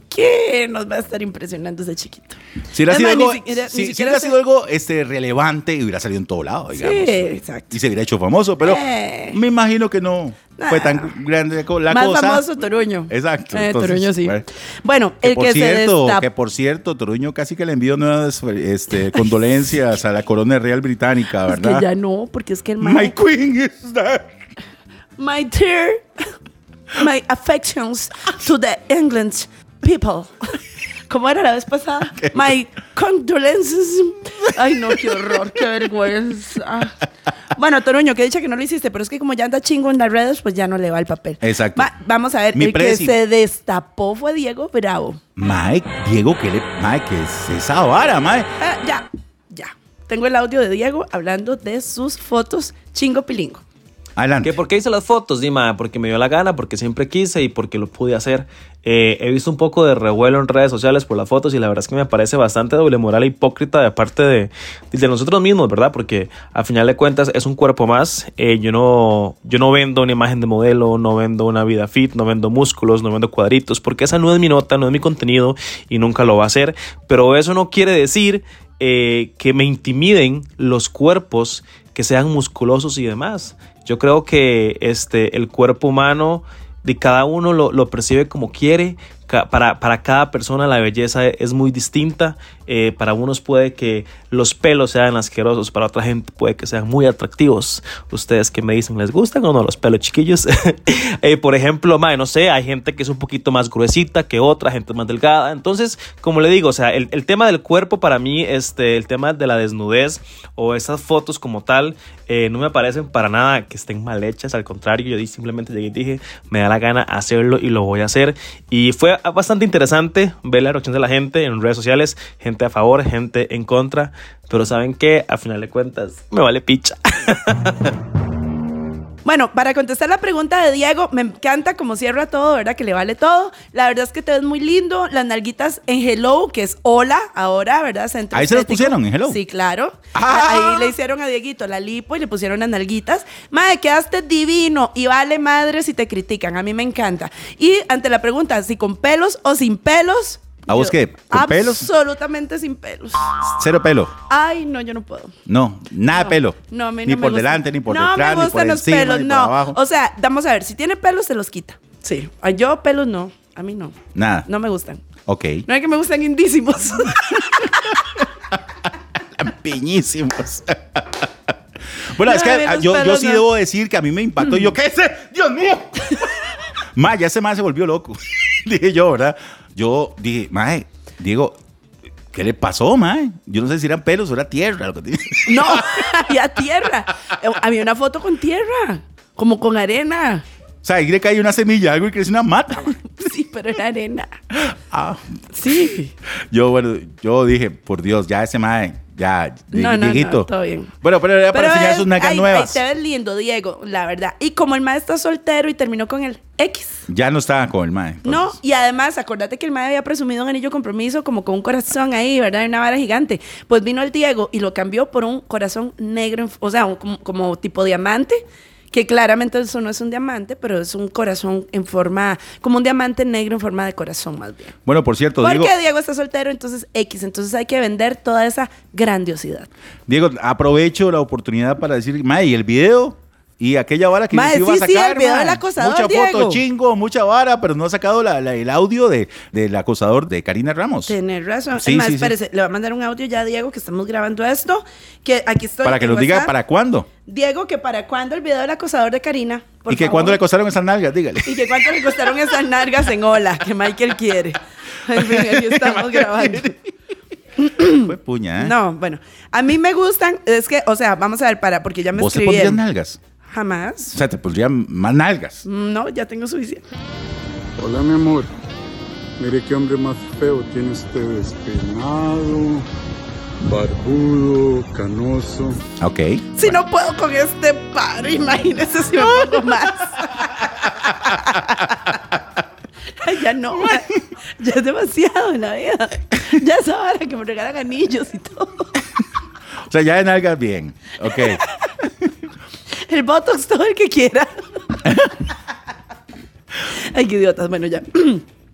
Speaker 3: ¿Qué nos va a estar impresionando ese chiquito?
Speaker 2: Si hubiera
Speaker 3: Es
Speaker 2: sido
Speaker 3: más,
Speaker 2: algo,
Speaker 3: ni siquiera- ni
Speaker 2: si- si
Speaker 3: siquiera
Speaker 2: hubiera
Speaker 3: se-
Speaker 2: sido algo, este, relevante, hubiera salido en todo lado, digamos.
Speaker 3: exacto.
Speaker 2: Y se hubiera hecho famoso, pero
Speaker 3: Eh.
Speaker 2: me imagino que no
Speaker 3: Ah.
Speaker 2: fue tan grande co- la
Speaker 3: Más
Speaker 2: cosa.
Speaker 3: famoso Toruño.
Speaker 2: Exacto,
Speaker 3: Eh,
Speaker 2: entonces,
Speaker 3: Toruño sí.
Speaker 2: bueno.
Speaker 3: Bueno,
Speaker 2: Que
Speaker 3: el
Speaker 2: por
Speaker 3: que
Speaker 2: cierto,
Speaker 3: se destapó.
Speaker 2: que por cierto, Toruño casi que le envió nuevas este, condolencias a la corona real británica,
Speaker 3: Es que
Speaker 2: ¿verdad?
Speaker 3: ya no, porque es que el
Speaker 2: My
Speaker 3: mae-
Speaker 2: queen is dead.
Speaker 3: My dear, my affections to the England people. ¿Cómo era la vez pasada? My condolences. Ay, no, qué horror, qué vergüenza. Bueno, Toruño, que he dicho que no lo hiciste, pero es que como ya anda chingo en las redes, pues ya no le va el papel.
Speaker 2: Exacto.
Speaker 3: Va- vamos a ver,
Speaker 2: Mi
Speaker 3: el
Speaker 2: presi.
Speaker 3: que se destapó fue Diego Bravo.
Speaker 2: Mike, Diego, ¿qué le. Mike, ¿qué es esa vara, Mike?
Speaker 3: Ah, ya, ya. Tengo el audio de Diego hablando de sus fotos chingo pilingo.
Speaker 2: Adelante.
Speaker 8: ¿Que ¿Por qué hice las fotos? Dima, porque me dio la gana, porque siempre quise y porque lo pude hacer. Eh, he visto un poco de revuelo en redes sociales por las fotos y la verdad es que me parece bastante doble moral e hipócrita de parte de, de nosotros mismos, ¿verdad? Porque al final de cuentas es un cuerpo más. Eh, yo, no, yo no vendo una imagen de modelo, no vendo una vida fit, no vendo músculos, no vendo cuadritos, porque esa no es mi nota, no es mi contenido y nunca lo va a ser. Pero eso no quiere decir eh, que me intimiden los cuerpos que sean musculosos y demás. Yo creo que este, el cuerpo humano de cada uno lo, lo percibe como quiere. Ca- Para, para cada persona la belleza e- es muy distinta. Eh, para unos puede que los pelos sean asquerosos, para otra gente puede que sean muy atractivos. Ustedes que me dicen, ¿les gustan o no los pelos chiquillos? Eh, por ejemplo, mae, no sé, hay gente que es un poquito más gruesita que otra, gente más delgada. Entonces, como le digo, o sea, el, el tema del cuerpo para mí, este, el tema de la desnudez o esas fotos como tal, eh, no me parecen para nada que estén mal hechas. Al contrario, yo di- simplemente llegué y dije, me da la gana hacerlo y lo voy a hacer. Y fue ah, bastante interesante ver la reacción de la gente en redes sociales, gente a favor, gente en contra. Pero saben que, a final de cuentas, me vale picha.
Speaker 3: Bueno, para contestar la pregunta de Diego, me encanta como cierra todo, ¿verdad? Que le vale todo. La verdad es que te ves muy lindo. Las nalguitas en Hello, que es hola ahora, ¿verdad? Centro
Speaker 2: Ahí se las
Speaker 3: Estético.
Speaker 2: pusieron, en Hello.
Speaker 3: Sí, claro.
Speaker 2: Ah.
Speaker 3: Ahí le hicieron a Dieguito la lipo y le pusieron las nalguitas. Madre, quedaste divino y vale madre si te critican. A mí me encanta. Y ante la pregunta, si con pelos o sin pelos.
Speaker 2: ¿A vos
Speaker 3: yo-
Speaker 2: qué? ¿Con pelos?
Speaker 3: Absolutamente sin pelos.
Speaker 2: Cero pelo.
Speaker 3: Ay, no, yo no puedo.
Speaker 2: No, nada de pelo.
Speaker 3: No, a mí no
Speaker 2: Ni
Speaker 3: me
Speaker 2: por
Speaker 3: gusta.
Speaker 2: delante, ni por
Speaker 3: No
Speaker 2: detrás,
Speaker 3: me
Speaker 2: ni por
Speaker 3: gustan los
Speaker 2: encima,
Speaker 3: pelos,
Speaker 2: ni por
Speaker 3: no.
Speaker 2: abajo.
Speaker 3: O sea, vamos a ver, si tiene pelos se los quita. Sí. A Yo pelos no, a mí no.
Speaker 2: Nada.
Speaker 3: No me gustan.
Speaker 2: Ok.
Speaker 3: No es que me gustan indísimos.
Speaker 2: Piñísimos. bueno, es que
Speaker 3: No,
Speaker 2: ah,
Speaker 3: los
Speaker 2: yo, yo
Speaker 3: pelos
Speaker 2: sí
Speaker 3: no.
Speaker 2: debo decir que a mí me impactó. Yo, ¿qué es ese? ¡Dios mío! Ma, ya ese ma se volvió loco. dije yo, ¿verdad? Yo dije, mae, Diego, ¿qué le pasó, mae? Yo no sé si eran pelos o era tierra. lo que tenía.
Speaker 3: no, había tierra. Eh, Había una foto con tierra, como con arena.
Speaker 2: o sea, ahí le cae una semilla, algo y crece una mata. ma.
Speaker 3: Sí, pero era arena.
Speaker 2: Ah.
Speaker 3: Sí.
Speaker 2: Yo, bueno, yo dije, por Dios, ya ese mae, ya,
Speaker 3: No, no, no,
Speaker 2: Dieguito.
Speaker 3: todo bien.
Speaker 2: Bueno, pero era para enseñar
Speaker 3: es-
Speaker 2: sus nalgas
Speaker 3: ay,
Speaker 2: nuevas.
Speaker 3: ay, te ves lindo, Diego, la verdad. Y como el maestro está soltero y terminó con el X.
Speaker 2: Ya no estaba con el mae.
Speaker 3: No,
Speaker 2: entonces.
Speaker 3: y además, acordate que el mae había presumido un anillo de compromiso como con un corazón ahí, ¿verdad? Una vara gigante. Pues vino el Diego y lo cambió por un corazón negro, en- o sea, un- como, como tipo diamante, que claramente eso no es un diamante, pero es un corazón en forma, como un diamante negro en forma de corazón más bien.
Speaker 2: Bueno, por cierto,
Speaker 3: Porque
Speaker 2: Diego,
Speaker 3: Diego está soltero, entonces X, entonces hay que vender toda esa grandiosidad.
Speaker 2: Diego, aprovecho la oportunidad para decir, mae, ¿y el video? Y aquella vara que
Speaker 3: Mae,
Speaker 2: les iba a
Speaker 3: sí, sí,
Speaker 2: sacar,
Speaker 3: el video
Speaker 2: mae.
Speaker 3: del acosador,
Speaker 2: Mucha foto,
Speaker 3: Diego.
Speaker 2: chingo, mucha vara, pero no ha sacado la- la- el audio de, del acosador de Karina Ramos.
Speaker 3: Tener razón.
Speaker 2: Sí,
Speaker 3: Es más,
Speaker 2: sí, sí.
Speaker 3: espérese, le voy a mandar un audio ya a Diego que estamos grabando esto, que aquí estoy.
Speaker 2: para que
Speaker 3: en
Speaker 2: nos diga
Speaker 3: WhatsApp.
Speaker 2: para cuándo.
Speaker 3: Diego, que para cuándo el video del acosador de Karina. Por
Speaker 2: y que
Speaker 3: favor.
Speaker 2: cuándo le acostaron esas nalgas, dígale.
Speaker 3: Y que cuánto le costaron esas nargas en ola que Michael quiere. En fin, aquí estamos grabando.
Speaker 2: Fue puña, ¿eh?
Speaker 3: No, bueno. A mí me gustan, es que, o sea, vamos a ver, para, porque ya me
Speaker 2: ¿Vos te pondrías
Speaker 3: escribieron.
Speaker 2: nalgas? O
Speaker 3: Jamás.
Speaker 2: sea, te pondrían más nalgas.
Speaker 3: No, ya tengo suficiente.
Speaker 9: Hola, mi amor. Mire qué hombre más feo tiene este usted despeinado, barbudo, canoso.
Speaker 2: Ok.
Speaker 3: Si no puedo con este paro, imagínese si me pongo más. Ay, ya no, ma. ya es demasiado en la vida. Ya es ahora que me regalan anillos y todo.
Speaker 2: O sea, ya de nalgas bien. Ok. Eh,
Speaker 3: El Botox, todo el que quiera. Ay, qué idiotas. Bueno, ya.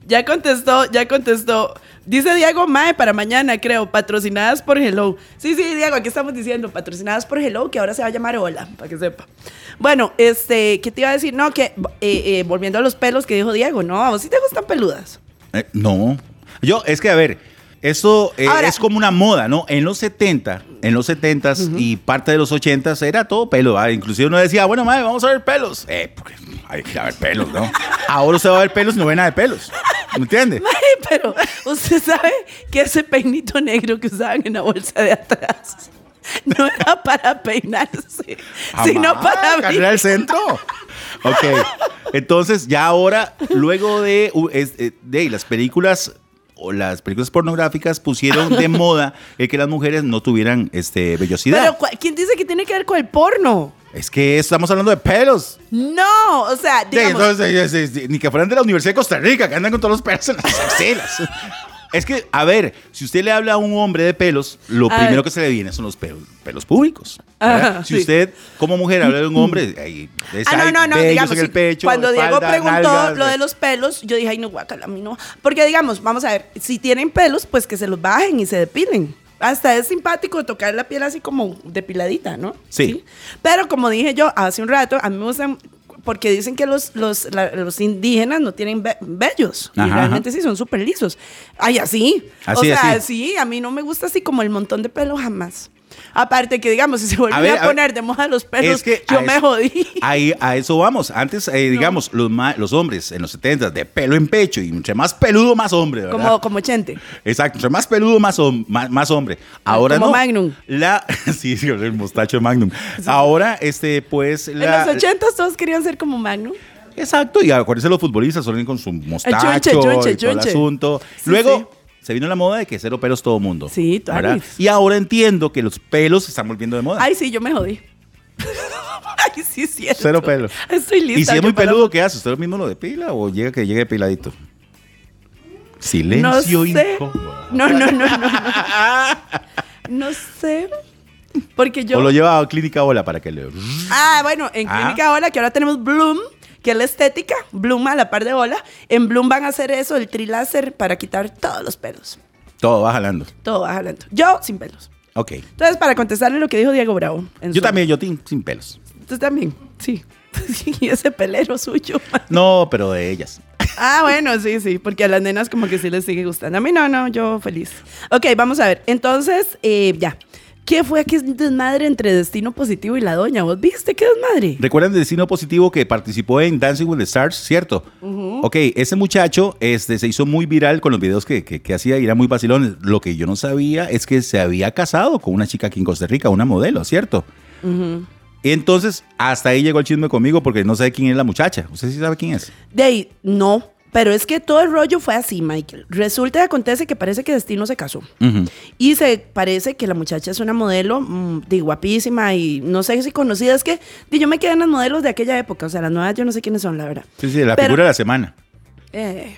Speaker 3: Ya contestó, ya contestó. Dice Diego Mae para mañana, creo, patrocinadas por Hello. Sí, sí, Diego, aquí estamos diciendo, patrocinadas por Hello, que ahora se va a llamar Hola, para que sepa. Bueno, este, ¿qué te iba a decir? No, que eh, eh, volviendo a los pelos que dijo Diego, no, a vos sí te gustan peludas.
Speaker 2: Eh, no. Yo, es que a ver, eso eh,
Speaker 3: Ahora-
Speaker 2: es como una moda, ¿no? En los 70, en los 70s y parte de los 80s era todo pelo. ¿va? Inclusive uno decía, bueno, madre, vamos a ver pelos. Eh, porque hay que ir a ver pelos, ¿no? Ahora se va a ver pelos, no ve nada de pelos. ¿Me entiendes?
Speaker 3: Mae, pero usted sabe que ese peinito negro que usaban en la bolsa de atrás no era para peinarse,
Speaker 2: Ah,
Speaker 3: sino
Speaker 2: Jamás.
Speaker 3: para abrir.
Speaker 2: Carrera del centro. Ok. Entonces, ya ahora, luego de, u- es- eh, de las películas o las películas pornográficas pusieron de moda el que las mujeres no tuvieran este vellosidad.
Speaker 3: Pero, ¿cuál- ¿quién dice que tiene que ver con el porno?
Speaker 2: es que estamos hablando de pelos.
Speaker 3: No, o sea,
Speaker 2: Sí,
Speaker 3: digamos,
Speaker 2: entonces, eh, sí, sí, ni que fueran de la Universidad de Costa Rica, que andan con todos los pelos en las axilas. Es que, a ver, si usted le habla a un hombre de pelos, lo
Speaker 3: A
Speaker 2: primero
Speaker 3: ver.
Speaker 2: que se le viene son los pelos, pelos públicos. ¿verdad?
Speaker 3: Ah. Ajá,
Speaker 2: si
Speaker 3: sí.
Speaker 2: usted, como mujer, habla de un hombre, ahí es-
Speaker 3: Ah, no,
Speaker 2: hay
Speaker 3: no, no,
Speaker 2: vellos
Speaker 3: digamos,
Speaker 2: en el
Speaker 3: sí,
Speaker 2: pecho,
Speaker 3: cuando Diego
Speaker 2: espalda,
Speaker 3: preguntó
Speaker 2: nalgas,
Speaker 3: lo de los pelos, yo dije, ay, no, guacala, a mí no. Porque, digamos, vamos a ver, si tienen pelos, pues que se los bajen y se depilen. Hasta es simpático tocar la piel así como depiladita, ¿no?
Speaker 2: Sí.
Speaker 3: Pero como dije yo hace un rato, a mí me gustan, porque dicen que los, los, la- los indígenas no tienen ve- vellos. y
Speaker 2: Ajá,
Speaker 3: realmente sí, son súper lisos. Ay, así.
Speaker 2: Así,
Speaker 3: o sea,
Speaker 2: así.
Speaker 3: sí, a mí no me gusta así como el montón de pelo jamás. Aparte que, digamos, si se vuelven a,
Speaker 2: ver, a ver.
Speaker 3: poner de moda los pelos,
Speaker 2: pues, Es que
Speaker 3: yo
Speaker 2: a
Speaker 3: me
Speaker 2: eso-
Speaker 3: jodí.
Speaker 2: Ahí, a eso vamos. Antes, eh, digamos, los, ma- los hombres en los 70 de pelo en pecho, y entre más peludo, más hombre, ¿verdad?
Speaker 3: Como, como Chente.
Speaker 2: Exacto, entre más peludo, más, hom- más, más hombre. Ahora
Speaker 3: Ah, Como
Speaker 2: no.
Speaker 3: Magnum.
Speaker 2: La, sí, sí, el mostacho de Magnum. Ahora, este, pues. La,
Speaker 3: en los 80 todos querían ser como Magnum.
Speaker 2: Exacto, y acuérdense los futbolistas, suelen con su mostacho
Speaker 3: chunche, chunche,
Speaker 2: y todo el
Speaker 3: chunche.
Speaker 2: asunto.
Speaker 3: Sí,
Speaker 2: Luego.
Speaker 3: sí.
Speaker 2: Se vino la moda de que cero pelos todo mundo.
Speaker 3: Sí,
Speaker 2: ¿verdad?
Speaker 3: tuanis.
Speaker 2: Y ahora entiendo que los pelos se están volviendo de moda.
Speaker 3: Ay, sí, yo me jodí. Ay, sí, es cierto.
Speaker 2: Cero pelo.
Speaker 3: Estoy lista.
Speaker 2: y si
Speaker 3: yo
Speaker 2: es muy
Speaker 3: para-
Speaker 2: peludo, ¿qué hace? ¿Usted mismo lo depila o llega que llegue piladito?
Speaker 3: No
Speaker 2: Silencio
Speaker 3: sé.
Speaker 2: incómodo.
Speaker 3: No, no, no, no. No, No sé. Porque yo.
Speaker 2: O lo lleva a clínica ola para que le.
Speaker 3: Ah, bueno, en
Speaker 2: Ah.
Speaker 3: Clínica Ola, que ahora tenemos Bloom, que es la estética. Bloom a la par de Ola. En Bloom van a hacer eso, el triláser, para quitar todos los pelos.
Speaker 2: Todo va jalando.
Speaker 3: Todo baja lento. Yo sin pelos.
Speaker 2: Ok.
Speaker 3: Entonces, para contestarle lo que dijo Diego Bravo. en
Speaker 2: Yo
Speaker 3: su-
Speaker 2: también, yo tin- sin pelos.
Speaker 3: Tú también, sí. Y ese pelero suyo.
Speaker 2: No, pero de ellas.
Speaker 3: Ah, bueno, sí, sí, porque a las nenas como que sí les sigue gustando. A mí no, no, yo feliz. Ok, vamos a ver. Entonces, eh, ya. ¿Qué fue aquí desmadre entre Destino Positivo y la doña? ¿Vos viste qué desmadre?
Speaker 2: ¿Recuerdan de Destino Positivo que participó en Dancing with the Stars, cierto? Ok, ese muchacho este, se hizo muy viral con los videos que, que- que hacía y era muy vacilón. Lo que yo no sabía es que se había casado con una chica aquí en Costa Rica, una modelo, ¿cierto? Entonces, hasta ahí llegó el chisme conmigo porque no sé quién es la muchacha. ¿Usted sí sabe quién es?
Speaker 3: De ahí, no. Pero es que todo el rollo fue así, Michael. Resulta y acontece que parece que Destino se casó.
Speaker 2: Ujú.
Speaker 3: Y se parece que la muchacha es una modelo mm, de guapísima y no sé si conocida. Es que di, yo me quedé en las modelos de aquella época. O sea, las nuevas yo no sé quiénes son, la verdad.
Speaker 2: Sí, sí, la
Speaker 3: Pero-
Speaker 2: figura de la semana.
Speaker 3: Eh,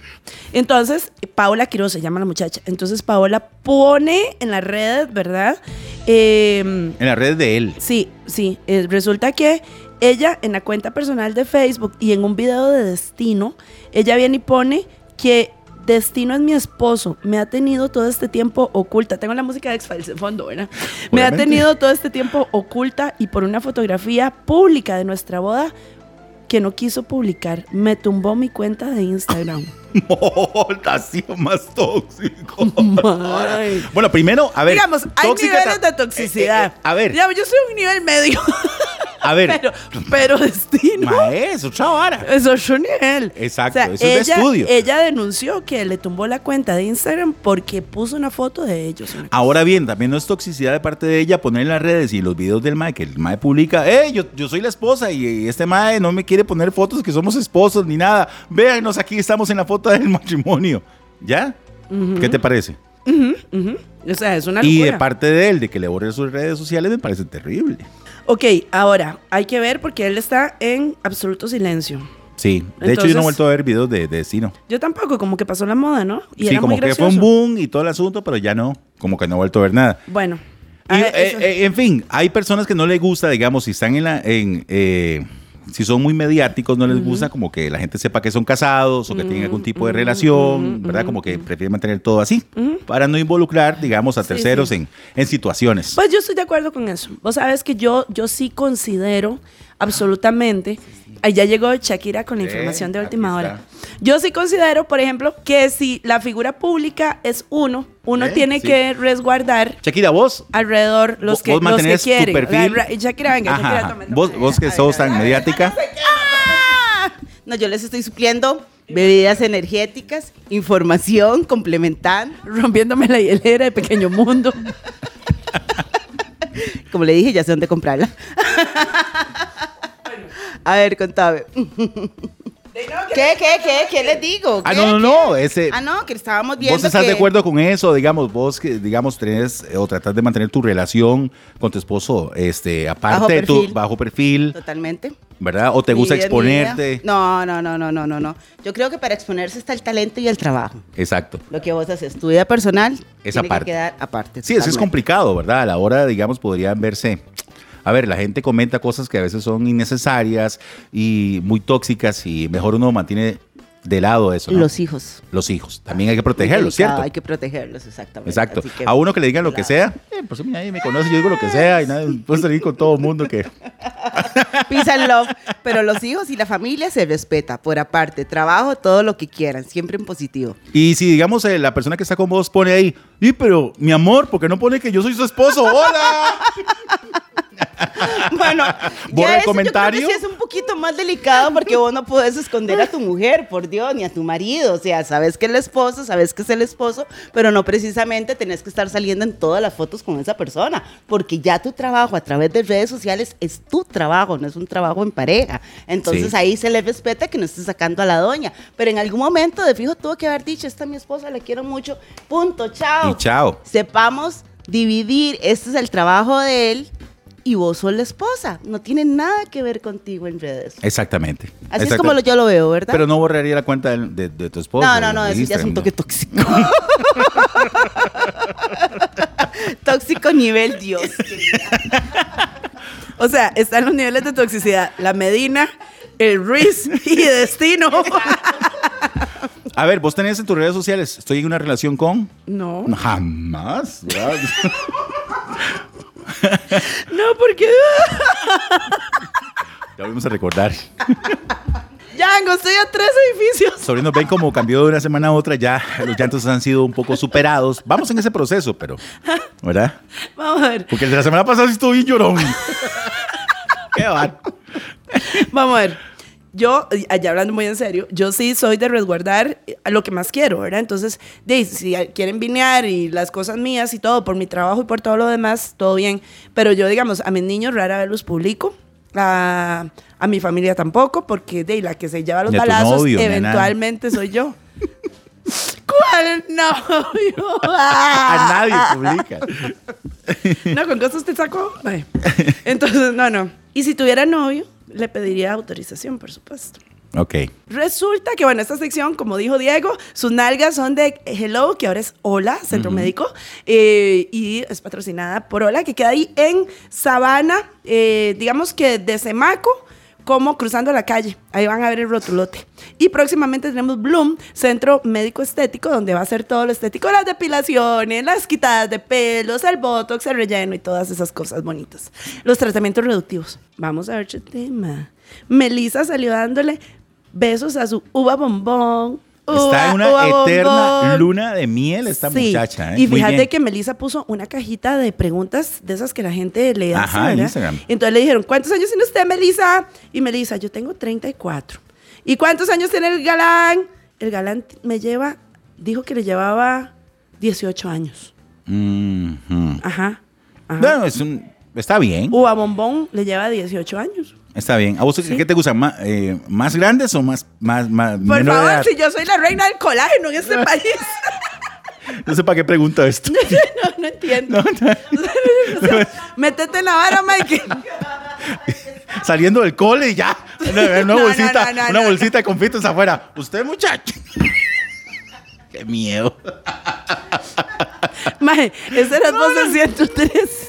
Speaker 3: Entonces, Paola Quiroz se llama la muchacha. Entonces, Paola pone en las redes, ¿verdad? Eh,
Speaker 2: En las redes de él.
Speaker 3: sí, sí. eh, resulta que ella, en la cuenta personal de Facebook y en un video de Destino, ella viene y pone que Destino es mi esposo. Me ha tenido todo este tiempo oculta. Tengo la música de X-Files de fondo, ¿verdad? Me ha
Speaker 2: Obviamente.
Speaker 3: tenido todo este tiempo oculta y por una fotografía pública de nuestra boda que no quiso publicar. Me tumbó mi cuenta de Instagram.
Speaker 2: sido más tóxico.
Speaker 3: Ay.
Speaker 2: Bueno, primero, a ver.
Speaker 3: Digamos, hay
Speaker 2: tóxica
Speaker 3: niveles
Speaker 2: ta-
Speaker 3: de toxicidad.
Speaker 2: Eh, eh, eh, a ver,
Speaker 3: Digamos, yo soy un nivel medio.
Speaker 2: a ver.
Speaker 3: Pero, pero destino.
Speaker 2: Maestro, otra vara.
Speaker 3: Eso es un nivel.
Speaker 2: Exacto, eso es de estudio.
Speaker 3: Ella denunció que le tumbó la cuenta de Instagram porque puso una foto de ellos.
Speaker 2: Ahora bien, también no es toxicidad de parte de ella poner en las redes y los videos del mae que el mae publica, eh, yo, yo soy la esposa y, y este mae no me quiere poner fotos que somos esposos ni nada. Véanos aquí, estamos en la foto del matrimonio. ¿Ya? ¿Qué te parece?
Speaker 3: O sea, es una locura.
Speaker 2: Y de parte de él, de que le borre sus redes sociales, me parece terrible.
Speaker 3: ok, ahora hay que ver porque él está en absoluto silencio.
Speaker 2: Sí, de hecho yo no
Speaker 3: Entonces-
Speaker 2: he vuelto a ver videos de, de Sino.
Speaker 3: Yo tampoco, como que pasó la moda, ¿no? Y
Speaker 2: Sí,
Speaker 3: era
Speaker 2: como
Speaker 3: muy
Speaker 2: que fue un
Speaker 3: gracioso.
Speaker 2: boom y todo el asunto, pero ya no, como que no he vuelto a ver nada.
Speaker 3: Bueno.
Speaker 2: Y,
Speaker 3: a-
Speaker 2: eh,
Speaker 3: eso-
Speaker 2: eh, en fin, hay personas que no les gusta, digamos, si están en la. En, eh, si son muy mediáticos, no les gusta como que la gente sepa que son casados o que tienen algún tipo de relación, ¿verdad? Como que prefieren mantener todo así, para no involucrar, digamos, a terceros En, en situaciones.
Speaker 3: Pues yo estoy de acuerdo con eso. Vos sabes que yo, yo sí considero absolutamente.
Speaker 2: Ah,
Speaker 3: Ahí ya llegó Shakira con la información de
Speaker 2: Eh, aquí
Speaker 3: última
Speaker 2: está.
Speaker 3: hora. Yo sí considero, por ejemplo, que si la figura pública es uno, uno
Speaker 2: Eh,
Speaker 3: tiene
Speaker 2: sí.
Speaker 3: que resguardar
Speaker 2: Shakira, vos.
Speaker 3: alrededor los
Speaker 2: vos-
Speaker 3: que,
Speaker 2: vos
Speaker 3: los que
Speaker 2: mantenés
Speaker 3: quieren.
Speaker 2: tu perfil.
Speaker 3: Ra- ra- Shakira, venga,
Speaker 2: Ajá,
Speaker 3: Shakira,
Speaker 2: ajá.
Speaker 3: tome, tome.
Speaker 2: Vos, vos que sos tan mediática.
Speaker 4: No, yo les estoy supliendo bebidas energéticas, información, complementando.
Speaker 3: Rompiéndome la hielera de pequeño mundo.
Speaker 4: Como le dije, ya sé dónde comprarla. A ver, contame. ¿Qué, qué, qué? ¿Qué les digo?
Speaker 2: Ah,
Speaker 4: ¿Qué,
Speaker 2: no, no,
Speaker 4: qué?
Speaker 2: no. Ese,
Speaker 4: Ah, no, que estábamos viendo
Speaker 2: ¿Vos estás
Speaker 4: que-
Speaker 2: de acuerdo con eso? Digamos, vos que, digamos, tenés eh, o tratás de mantener tu relación con tu esposo, este, aparte de tu
Speaker 4: perfil.
Speaker 2: bajo perfil,
Speaker 4: Totalmente.
Speaker 2: ¿verdad? O te
Speaker 4: Mi
Speaker 2: gusta
Speaker 4: vida es mi
Speaker 2: exponerte.
Speaker 4: vida. No, no, no, no, no, no, no. Yo creo que para exponerse está el talento y el trabajo.
Speaker 2: Exacto.
Speaker 4: Lo que vos haces, tu vida personal,
Speaker 2: Esa
Speaker 4: tiene
Speaker 2: parte.
Speaker 4: que quedar aparte.
Speaker 2: Sí, eso es
Speaker 4: totalmente.
Speaker 2: complicado, ¿verdad? A la hora, digamos, podrían verse. A ver, la gente comenta cosas que a veces son innecesarias y muy tóxicas y mejor uno mantiene de lado eso. ¿no?
Speaker 4: Los hijos.
Speaker 2: Los hijos. También hay que
Speaker 4: Muy
Speaker 2: protegerlos,
Speaker 4: delicado,
Speaker 2: ¿cierto?
Speaker 4: Hay que protegerlos, exactamente.
Speaker 2: Exacto.
Speaker 4: Así que-
Speaker 2: a uno que le digan lo que sea, eh, pues mira, ahí me conoce, yo digo lo que sea y nada, puedo salir con todo el mundo que...
Speaker 4: Peace and love. Pero los hijos y la familia se respeta por aparte. Trabajo, todo lo que quieran, siempre en positivo.
Speaker 2: Y si, digamos, eh, la persona que está con vos pone ahí, sí, pero mi amor, ¿por qué no pone que yo soy su esposo? ¡Hola!
Speaker 4: Bueno,
Speaker 2: ¿Borra el
Speaker 4: ya eso yo creo que
Speaker 2: comentario?
Speaker 4: sí es un poquito más delicado porque vos no podés esconder a tu mujer, por Dios, ni a tu marido. O sea, sabes que es la esposa, sabes que es el esposo, pero no precisamente tenés que estar saliendo en todas las fotos con esa persona, porque ya tu trabajo a través de redes sociales es tu trabajo, no es un trabajo en pareja. Entonces
Speaker 2: Sí.
Speaker 4: ahí se le respeta que no estés sacando a la doña. Pero en algún momento de fijo tuvo que haber dicho, esta es mi esposa, la quiero mucho, punto, chao
Speaker 2: Y chao.
Speaker 4: sepamos dividir, este es el trabajo de él y vos sos la esposa. No tiene nada que ver contigo en redes.
Speaker 2: Exactamente.
Speaker 4: Así es
Speaker 2: Exacta-
Speaker 4: como lo- yo lo veo, ¿verdad?
Speaker 2: Eh, Pero no borraría la cuenta de, de- de tu esposo.
Speaker 4: no, no, no,
Speaker 2: de
Speaker 4: eso ya es
Speaker 2: Instagram,
Speaker 4: un
Speaker 2: ¿no?
Speaker 4: toque tóxico. tóxico nivel Dios.
Speaker 3: O sea, están los niveles de toxicidad. La Medina, el Ruiz y Destino.
Speaker 2: A ver, vos tenés en tus redes sociales, estoy en una relación con...
Speaker 3: No.
Speaker 2: Jamás. ¿verdad?
Speaker 3: No, porque.
Speaker 2: ya volvimos a recordar.
Speaker 3: Yango, estoy a tres edificios.
Speaker 2: Sobrinos, ven como cambió de una semana a otra, ya los llantos han sido un poco superados. Vamos en ese proceso, pero... ¿Verdad?
Speaker 3: Vamos a ver,
Speaker 2: Porque el de la semana pasada sí estuvo bien llorón. Qué va.
Speaker 3: vamos a ver. Yo, y- allá hablando muy en serio, yo sí soy de resguardar eh, lo que más quiero, ¿verdad? Entonces, de- si eh, quieren vinear y las cosas mías y todo, por mi trabajo y por todo lo demás, todo bien. Pero yo, digamos, a mis niños rara vez los publico. A, a mi familia tampoco, porque de la que se lleva los
Speaker 2: Ni a tu
Speaker 3: balazos,
Speaker 2: novio, ni a nada.
Speaker 3: eventualmente soy yo. ¿Cuál novio?
Speaker 2: A nadie pues. publica.
Speaker 3: No, con cosas te sacó. Ay. Entonces, no, no. Y si tuviera novio, le pediría autorización, por supuesto.
Speaker 2: Ok.
Speaker 3: Resulta que, bueno, esta sección, como dijo Diego, sus nalgas son de Hello, que ahora es Hola, Centro Médico, eh, y es patrocinada por Hola, que queda ahí en Sabana, eh, digamos que de Semaco, como cruzando la calle. Ahí van a ver el rotulote. Y próximamente tenemos Bloom, Centro Médico Estético, donde va a ser todo lo estético, las depilaciones, las quitadas de pelos, el botox, el relleno y todas esas cosas bonitas. Los tratamientos reductivos. Vamos a ver qué tema. Melissa salió dándole besos a su uva bombón.
Speaker 2: Está en
Speaker 3: Uva,
Speaker 2: una
Speaker 3: uva
Speaker 2: eterna
Speaker 3: bombón.
Speaker 2: luna de miel esta
Speaker 3: Sí.
Speaker 2: muchacha. ¿eh?
Speaker 3: Y
Speaker 2: Muy
Speaker 3: fíjate
Speaker 2: bien.
Speaker 3: que Melissa puso una cajita de preguntas de esas que la gente le hace.
Speaker 2: Ajá, en
Speaker 3: ¿verdad?
Speaker 2: Instagram.
Speaker 3: Entonces le dijeron, ¿cuántos años tiene usted, Melissa? Y Melissa, yo tengo 34. ¿Y cuántos años tiene el galán? El galán t- me lleva, dijo que le llevaba 18 años.
Speaker 2: Mhm.
Speaker 3: Ajá. ajá.
Speaker 2: Bueno, es un- está bien,
Speaker 3: Uva bombón le lleva 18 años.
Speaker 2: está bien. ¿A vos qué te gustan? ¿Más, eh, más grandes o más, más, más
Speaker 3: Por
Speaker 2: menor de
Speaker 3: favor,
Speaker 2: edad?
Speaker 3: si yo soy la reina del colágeno en este país.
Speaker 2: No sé para qué pregunta esto.
Speaker 3: no, no entiendo. O sea, métete en la vara, Mike.
Speaker 2: Saliendo del cole y ya. Una, una
Speaker 3: No, no,
Speaker 2: bolsita,
Speaker 3: no, no,
Speaker 2: una
Speaker 3: no.
Speaker 2: bolsita de confites afuera. Usted, muchacho. qué miedo.
Speaker 3: Mae, esa era voz de 103.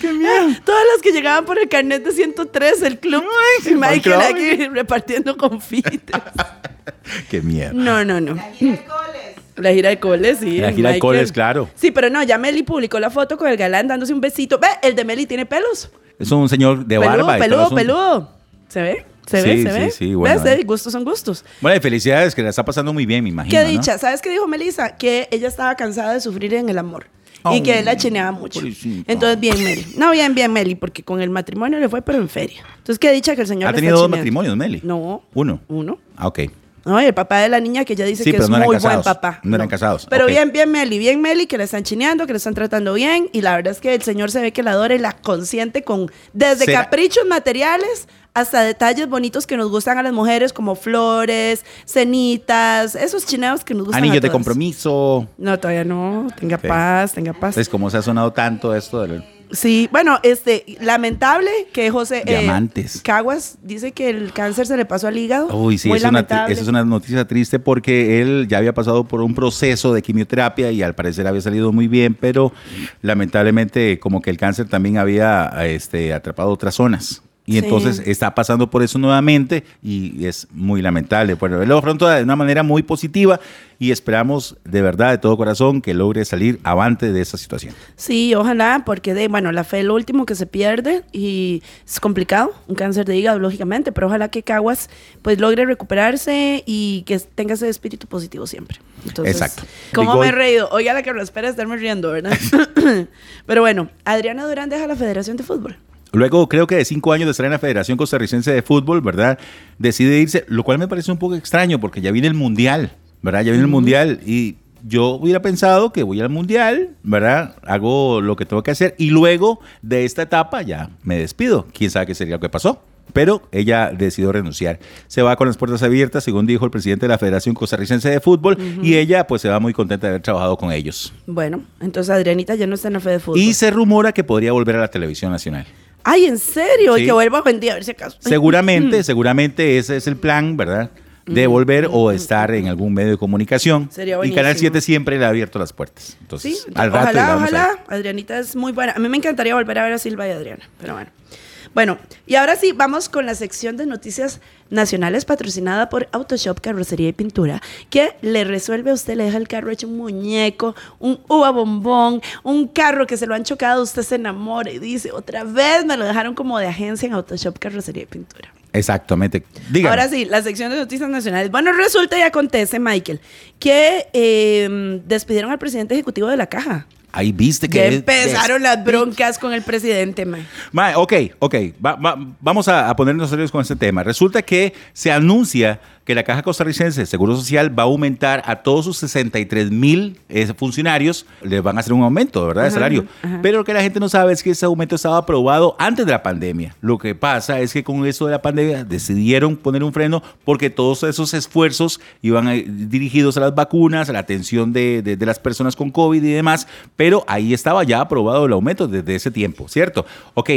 Speaker 3: Qué miedo. Todas las que llegaban por el carnet de 103, el club. y Michael
Speaker 2: Club.
Speaker 3: aquí repartiendo confites.
Speaker 2: Qué miedo.
Speaker 3: No, no, no. La gira de coles, sí.
Speaker 2: La
Speaker 3: el
Speaker 2: gira de
Speaker 3: Michael.
Speaker 2: coles, claro.
Speaker 3: Sí, pero no, ya Meli publicó la foto con el galán dándose un besito. Ve, el de Meli tiene pelos.
Speaker 2: Es un señor de
Speaker 3: peludo,
Speaker 2: barba. y todo
Speaker 3: peludo,
Speaker 2: asunto.
Speaker 3: peludo. ¿Se ve? ¿Se
Speaker 2: Sí,
Speaker 3: ve? ¿Se
Speaker 2: sí,
Speaker 3: ve?
Speaker 2: sí, bueno,
Speaker 3: ¿Ves?
Speaker 2: eh.
Speaker 3: Eh, Gustos son gustos.
Speaker 2: Bueno, y felicidades, que la está pasando muy bien, me imagino.
Speaker 3: Qué
Speaker 2: ¿no?
Speaker 3: dicha. ¿Sabes qué dijo Melissa? Que ella estaba cansada de sufrir en el amor. y
Speaker 2: Oh,
Speaker 3: que él la chineaba mucho.
Speaker 2: pobrecita.
Speaker 3: Entonces, bien, Meli. No, bien, bien, Meli, porque con el matrimonio le fue, pero en feria. Entonces, qué dicha que el señor.
Speaker 2: Ha
Speaker 3: la está
Speaker 2: tenido dos
Speaker 3: chineando.
Speaker 2: matrimonios, Meli.
Speaker 3: No.
Speaker 2: Uno.
Speaker 3: Uno.
Speaker 2: Ah, ok.
Speaker 3: No, y el papá de la niña que ella dice
Speaker 2: Sí,
Speaker 3: que
Speaker 2: pero
Speaker 3: es
Speaker 2: no eran
Speaker 3: muy
Speaker 2: casados.
Speaker 3: buen papá.
Speaker 2: No eran casados.
Speaker 3: Pero
Speaker 2: Ok.
Speaker 3: bien, bien Meli, bien Meli, que la están chineando, que la están tratando bien. Y la verdad es que el señor se ve que la adora y la consiente con desde
Speaker 2: ¿Será?
Speaker 3: caprichos materiales hasta detalles bonitos que nos gustan a las mujeres, como flores, cenitas, esos chineos que nos gustan.
Speaker 2: Anillos de
Speaker 3: a todas.
Speaker 2: compromiso.
Speaker 3: No, todavía no. Tenga
Speaker 2: Sí.
Speaker 3: paz, tenga paz.
Speaker 2: Es como se ha sonado tanto esto del
Speaker 3: Sí, bueno, este, lamentable que José eh,
Speaker 2: Diamantes.
Speaker 3: Caguas dice que el cáncer se le pasó al hígado.
Speaker 2: Uy, sí,
Speaker 3: Muy
Speaker 2: es una,
Speaker 3: lamentable.
Speaker 2: esa es una noticia triste porque él ya había pasado por un proceso de quimioterapia y al parecer había salido muy bien, pero lamentablemente como que el cáncer también había este, atrapado otras zonas. Y
Speaker 3: Sí.
Speaker 2: entonces está pasando por eso nuevamente y es muy lamentable. Bueno, él lo afronta de una manera muy positiva y esperamos de verdad, de todo corazón, que logre salir avante de esa situación.
Speaker 3: Sí, ojalá, porque de, bueno, la fe es lo último que se pierde y es complicado, un cáncer de hígado, lógicamente, pero ojalá que Caguas pues logre recuperarse y que tenga ese espíritu positivo siempre. Entonces,
Speaker 2: Exacto.
Speaker 3: ¿Cómo
Speaker 2: Big
Speaker 3: me he
Speaker 2: Boy.
Speaker 3: reído? Oiga, la que me espera estarme riendo, ¿verdad? pero bueno, Adriana Durán deja la Federación de Fútbol.
Speaker 2: Luego, creo que de cinco años de estar en la Federación Costarricense de Fútbol, ¿verdad? Decide irse, lo cual me parece un poco extraño porque ya viene el Mundial, ¿verdad? Ya viene el Mundial y yo hubiera pensado que voy al Mundial, ¿verdad? Hago lo que tengo que hacer y luego de esta etapa ya me despido. ¿Quién sabe qué sería lo que pasó? Pero ella decidió renunciar. Se va con las puertas abiertas, según dijo el presidente de la Federación Costarricense de Fútbol, y ella pues se va muy contenta de haber trabajado con ellos.
Speaker 3: Bueno, entonces Adrianita ya no está en la fe de fútbol.
Speaker 2: Y se rumora que podría volver a la televisión nacional.
Speaker 3: Ay, ¿en serio? Y
Speaker 2: Sí.
Speaker 3: que vuelva buen día, a ver si acaso. mm.
Speaker 2: Seguramente, seguramente ese es el plan, ¿verdad? De volver o de estar en algún medio de comunicación.
Speaker 3: Sería
Speaker 2: y
Speaker 3: buenísimo.
Speaker 2: Canal 7 siempre le ha abierto las puertas.
Speaker 3: Sí,
Speaker 2: Entonces, al rato
Speaker 3: ojalá,
Speaker 2: la vamos a ver.
Speaker 3: ojalá. Adrianita es muy buena. A mí me encantaría volver a ver a Silva y a Adriana, pero bueno. Bueno, y ahora sí, vamos con la sección de noticias nacionales patrocinada por Autoshop Carrocería y Pintura, que le resuelve a usted, le deja el carro hecho un muñeco, un uva bombón, un carro que se lo han chocado, usted se enamora y dice, otra vez me lo dejaron como de agencia en Autoshop Carrocería y Pintura.
Speaker 2: Exactamente. Dígame.
Speaker 3: Ahora sí, la sección de noticias nacionales. Bueno, resulta y acontece, Michael, que eh, despidieron al presidente ejecutivo de la caja.
Speaker 2: Ahí viste este que.
Speaker 3: Ya
Speaker 2: es-
Speaker 3: empezaron las broncas con el presidente, ma.
Speaker 2: Ma, ok, ok. Va- va- vamos a, a ponernos serios con este tema. Resulta que se anuncia que la Caja Costarricense de Seguro Social va a aumentar a todos sus 63 mil eh, funcionarios, les van a hacer un aumento, ¿verdad?, de
Speaker 3: Ajá,
Speaker 2: salario.
Speaker 3: ajá.
Speaker 2: Pero lo que la gente no sabe es que ese aumento estaba aprobado antes de la pandemia. Lo que pasa es que con eso de la pandemia decidieron poner un freno porque todos esos esfuerzos iban eh, dirigidos a las vacunas, a la atención de, de- de las personas con COVID y demás, pero ahí estaba ya aprobado el aumento desde ese tiempo, ¿cierto? Ok,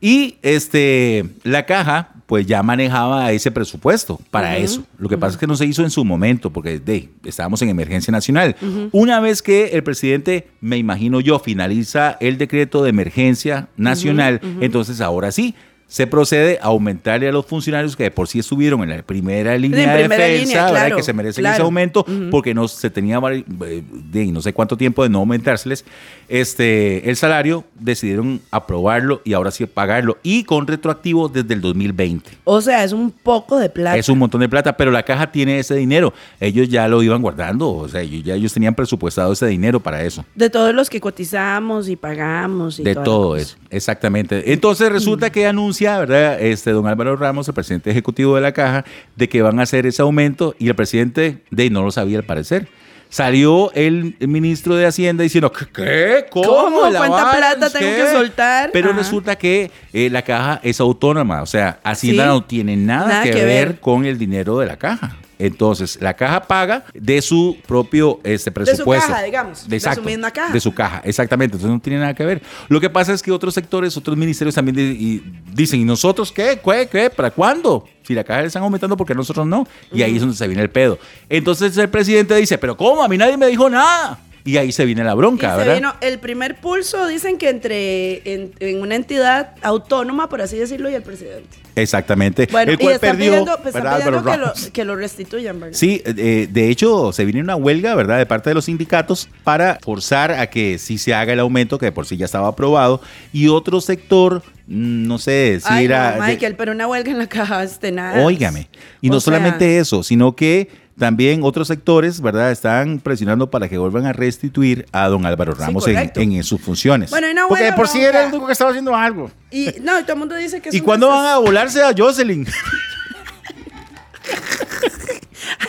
Speaker 2: y este, la caja pues ya manejaba ese presupuesto para eso. Lo que pasa es que no se hizo en su momento porque de, estábamos en emergencia nacional. Una vez que el presidente, me imagino yo, finaliza el decreto de emergencia nacional, entonces ahora sí. Se procede a aumentarle a los funcionarios que de por sí estuvieron en la primera línea de
Speaker 3: primera
Speaker 2: defensa,
Speaker 3: línea,
Speaker 2: ¿verdad?
Speaker 3: claro,
Speaker 2: que se merecen ese
Speaker 3: claro.
Speaker 2: aumento, porque no se tenía vari- eh, de no sé cuánto tiempo de no aumentárseles este, el salario, decidieron aprobarlo y ahora sí pagarlo, y con retroactivo desde el 2020.
Speaker 3: O sea, es un poco de plata.
Speaker 2: Es un montón de plata, pero la caja tiene ese dinero. Ellos ya lo iban guardando, o sea, ellos, ya ellos tenían presupuestado ese dinero para eso.
Speaker 3: De todos los que cotizamos y pagamos y
Speaker 2: De
Speaker 3: toda la
Speaker 2: todo
Speaker 3: cosa. Mm.
Speaker 2: eso, exactamente. Entonces resulta que anuncia, ¿verdad? Este don Álvaro Ramos, el presidente ejecutivo de la caja, de que van a hacer ese aumento y el presidente de no lo sabía al parecer. Salió el ministro de Hacienda diciendo, "¿Qué? ¿Qué? ¿Cómo?
Speaker 3: ¿Cómo?
Speaker 2: ¿La
Speaker 3: ¿Cuánta
Speaker 2: van?
Speaker 3: plata tengo
Speaker 2: ¿Qué?".
Speaker 3: que soltar?
Speaker 2: Pero
Speaker 3: Ajá.
Speaker 2: resulta que eh, la caja es autónoma, o sea, Hacienda
Speaker 3: Sí.
Speaker 2: no tiene nada,
Speaker 3: Nada
Speaker 2: que,
Speaker 3: que
Speaker 2: ver.
Speaker 3: ver.
Speaker 2: con el dinero de la caja. Entonces, la caja paga de su propio este, presupuesto.
Speaker 3: caja, digamos, de su
Speaker 2: Exacto,
Speaker 3: misma caja.
Speaker 2: de su caja, exactamente. Entonces no tiene nada que ver. Lo que pasa es que otros sectores, otros ministerios también di- y dicen, ¿y nosotros qué? ¿Qué? ¿Qué? ¿Para cuándo? Si la caja le están aumentando, porque nosotros no? Y ahí es donde se viene el pedo. Entonces el presidente dice, ¿pero cómo? A mí nadie me dijo nada. Y ahí se viene la
Speaker 3: Y
Speaker 2: bronca,
Speaker 3: se
Speaker 2: ¿verdad?
Speaker 3: vino el primer pulso, dicen que entre en, en una entidad autónoma, por así decirlo, y el presidente.
Speaker 2: Exactamente.
Speaker 3: Bueno,
Speaker 2: el
Speaker 3: y
Speaker 2: cual
Speaker 3: están
Speaker 2: perdió.
Speaker 3: pidiendo, pues, están
Speaker 2: ¿verdad,
Speaker 3: pidiendo
Speaker 2: Álvaro
Speaker 3: que, lo,
Speaker 2: Ramos?
Speaker 3: que lo restituyan, ¿verdad?
Speaker 2: Sí, eh, de hecho, se viene una huelga, ¿verdad?, de parte de los sindicatos para forzar a que sí se haga el aumento que de por sí ya estaba aprobado. Y otro sector, mm, no sé si
Speaker 3: Ay,
Speaker 2: era.
Speaker 3: no,
Speaker 2: de-
Speaker 3: Michael, pero una huelga en la caja, este nada.
Speaker 2: Óigame. Y
Speaker 3: O
Speaker 2: no
Speaker 3: sea,
Speaker 2: solamente eso, sino que también otros sectores, ¿verdad?, están presionando para que vuelvan a restituir a don Álvaro Ramos en,
Speaker 3: correcto.
Speaker 2: en sus funciones.
Speaker 3: Bueno, y no
Speaker 6: Porque de
Speaker 3: huelga
Speaker 6: por sí era el
Speaker 3: bronca.
Speaker 6: único que estaba haciendo algo.
Speaker 3: Y no, y todo el mundo dice que es
Speaker 2: ¿Y
Speaker 3: un
Speaker 2: cuándo
Speaker 3: desastre.
Speaker 2: van a volarse a Jocelyn?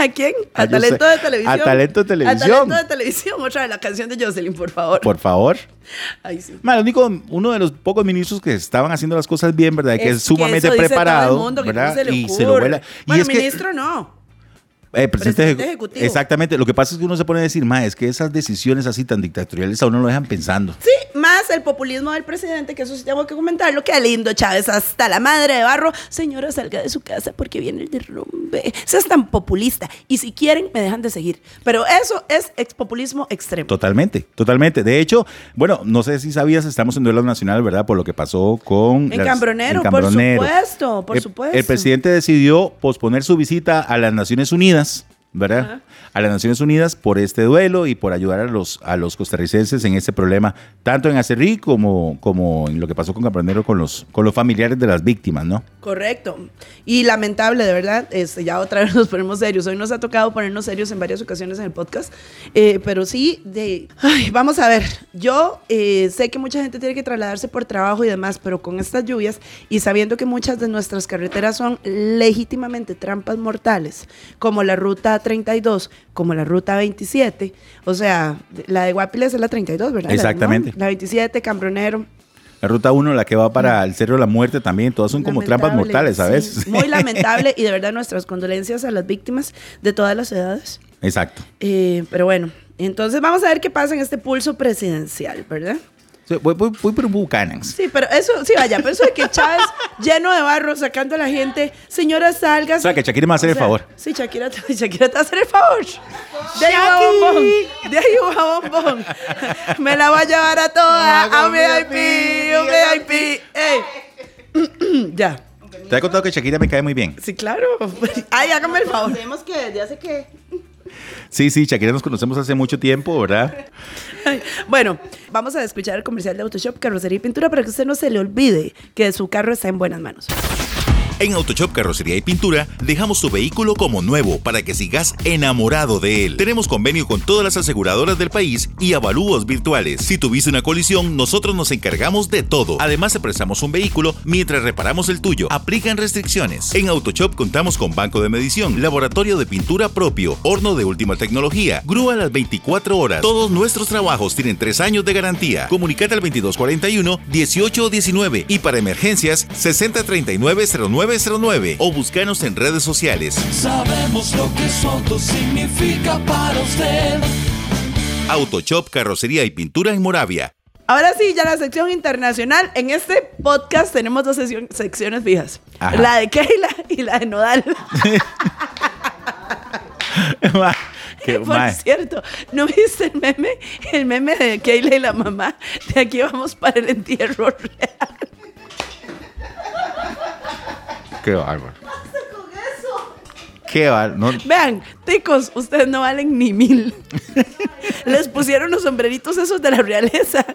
Speaker 3: ¿A quién? A,
Speaker 2: A
Speaker 3: talento
Speaker 2: Jose-
Speaker 3: de televisión.
Speaker 2: a Talento de Televisión.
Speaker 3: A talento de televisión. Otra vez la canción de Jocelyn, por favor.
Speaker 2: Por favor.
Speaker 3: Ay, sí.
Speaker 2: Mal, único, uno de los pocos ministros que estaban haciendo las cosas bien, ¿verdad? Que es,
Speaker 3: que
Speaker 2: sumamente
Speaker 3: eso dice
Speaker 2: preparado.
Speaker 3: todo el mundo, que
Speaker 2: ¿verdad?
Speaker 3: no se le
Speaker 2: y se lo
Speaker 3: ocurre.
Speaker 2: vuela.
Speaker 3: Bueno,
Speaker 2: y es
Speaker 3: ministro no.
Speaker 2: que, eh, presidente,
Speaker 3: presidente
Speaker 2: ejecu-
Speaker 3: ejecutivo.
Speaker 2: Exactamente. Lo que pasa es que uno se pone a decir, ma, es que esas decisiones así tan dictatoriales a uno lo dejan pensando.
Speaker 3: Sí, más el populismo del presidente, que eso sí tengo que comentarlo. Qué lindo, Chávez, hasta la madre de barro. Señora, salga de su casa porque viene el derrumbe. Seas tan populista. Y si quieren, me dejan de seguir. Pero eso es ex- populismo extremo.
Speaker 2: Totalmente, totalmente. De hecho, bueno, no sé si sabías, estamos en duelo nacional, ¿verdad? Por lo que pasó con...
Speaker 3: En
Speaker 2: las-
Speaker 3: Cambronero, por supuesto, por
Speaker 2: el,
Speaker 3: supuesto.
Speaker 2: El presidente decidió posponer su visita a las Naciones Unidas, ¿verdad? A las Naciones Unidas por este duelo y por ayudar a los, a los costarricenses en este problema, tanto en Acerrí como, como en lo que pasó con Cambronero con los, con los familiares de las víctimas, ¿no?
Speaker 3: Correcto. Y lamentable, de verdad. Este, ya otra vez nos ponemos serios. Hoy nos ha tocado ponernos serios en varias ocasiones en el podcast. Eh, pero sí, de. Ay, vamos a ver. Yo eh, sé que mucha gente tiene que trasladarse por trabajo y demás, pero con estas lluvias y sabiendo que muchas de nuestras carreteras son legítimamente trampas mortales, como la ruta 32, como la ruta 27, o sea, la de Guapiles es la 32, ¿verdad? La de
Speaker 2: Exactamente.
Speaker 3: Limón, La, 27, Cambronero.
Speaker 2: La ruta 1, la que va para el Cerro de la Muerte también, todas son como trampas
Speaker 3: Lamentable,
Speaker 2: mortales,
Speaker 3: sí.
Speaker 2: ¿sabes?
Speaker 3: Muy lamentable y de verdad nuestras condolencias a las víctimas de todas las edades.
Speaker 2: Exacto.
Speaker 3: Eh, pero bueno, entonces vamos a ver qué pasa en este pulso presidencial, ¿verdad?
Speaker 2: Sí, Voy, voy, voy por Buchanan.
Speaker 3: Sí, pero eso, sí, vaya, pero eso de que Chávez lleno de barro sacando a la gente, señora, salgas.
Speaker 2: O sea, que Shakira me va a hacer el favor.
Speaker 3: Sí, Shakira, te- Shakira te va a hacer el favor. De ahí va bombón. De ahí va bombón. Me la voy a llevar a toda a VIP, VIP. Ey. ya.
Speaker 2: Te he contado que Shakira me cae muy bien.
Speaker 3: Sí, claro. Ay, hágame el favor.
Speaker 4: Sabemos que desde hace que.
Speaker 2: Sí, sí, Shakira nos conocemos hace mucho tiempo, ¿verdad?
Speaker 3: Bueno, vamos a escuchar el comercial de Autoshop, carrocería y pintura para que usted no se le olvide que su carro está en buenas manos.
Speaker 1: En Autoshop Carrocería y Pintura dejamos tu vehículo como nuevo para que sigas enamorado de él. Tenemos convenio con todas las aseguradoras del país y avalúos virtuales. Si tuviste una colisión, nosotros nos encargamos de todo. Además, te prestamos un vehículo mientras reparamos el tuyo. Aplican restricciones. En Autoshop contamos con banco de medición, laboratorio de pintura propio, horno de última tecnología, grúa a las 24 horas. Todos nuestros trabajos tienen 3 años de garantía. Comunicate al 2241-1819 y para emergencias 6039-0909 o búscanos en redes sociales.
Speaker 10: Sabemos lo que Soto significa para usted.
Speaker 1: Autoshop Carrocería y Pintura en Moravia.
Speaker 3: Ahora sí, ya la sección internacional. En este podcast tenemos dos sesión- secciones fijas.
Speaker 2: Ajá.
Speaker 3: La de Keila y la de Nodal.
Speaker 2: Ma, Qué
Speaker 3: Por
Speaker 2: ma,
Speaker 3: cierto, ¿no viste el meme? El meme de Keila y la mamá. De aquí vamos para el entierro real.
Speaker 2: qué bárbaro. Qué bárbaro. No,
Speaker 3: Vean, ticos, ustedes no valen ni mil. Les pusieron los sombreritos esos de la realeza.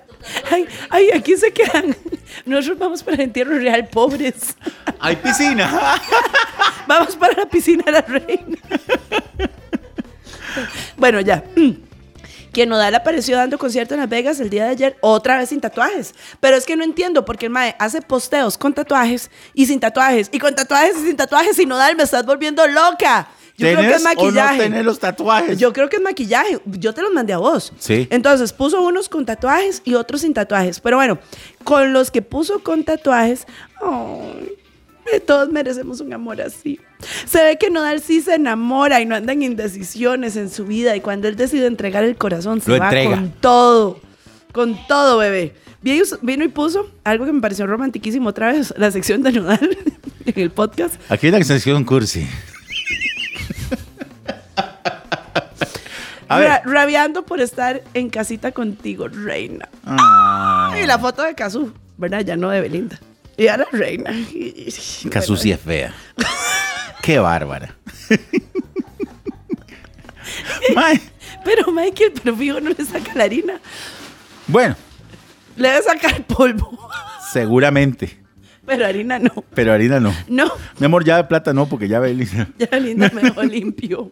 Speaker 3: Ay, ay, aquí se quedan. Nosotros vamos para el entierro real, pobres.
Speaker 2: Hay piscina.
Speaker 3: Vamos para la piscina de la reina. bueno, ya. Quien Nodal apareció dando concierto en Las Vegas el día de ayer, otra vez sin tatuajes. Pero es que no entiendo porque el Mae hace posteos con tatuajes y sin tatuajes, y con tatuajes y sin tatuajes, y Nodal me estás volviendo loca. Yo creo que
Speaker 2: ¿Tenés
Speaker 3: es
Speaker 2: o no
Speaker 3: maquillaje.
Speaker 2: tenés los tatuajes?
Speaker 3: Yo creo que es maquillaje. Yo te los mandé a vos.
Speaker 2: Sí.
Speaker 3: Entonces puso unos con tatuajes y otros sin tatuajes. Pero bueno, con los que puso con tatuajes, ay, eh, todos merecemos un amor así. Se ve que Nodal sí se enamora y no anda en indecisiones en su vida. Y cuando él decide entregar el corazón, se
Speaker 2: Lo
Speaker 3: va
Speaker 2: entrega.
Speaker 3: con todo. Con todo, bebé. Vino vino y puso algo que me pareció romantiquísimo otra vez, la sección de Nodal en el podcast.
Speaker 2: Aquí hay una sección cursi. A ver.
Speaker 3: Ra- rabiando por estar en casita contigo, reina.
Speaker 2: Ah,
Speaker 3: Y la foto de Cazú, ¿verdad? Ya no de Belinda. Y a la reina.
Speaker 2: Cazú sí es fea. Qué bárbara. Ma,
Speaker 3: Pero Michael, pero fijo, no le saca la harina.
Speaker 2: Bueno,
Speaker 3: Le debe sacar polvo.
Speaker 2: seguramente.
Speaker 3: Pero harina no.
Speaker 2: Pero harina no.
Speaker 3: No,
Speaker 2: Mi amor, ya de plata no, porque ya Belinda.
Speaker 3: ya Belinda me dejó limpio.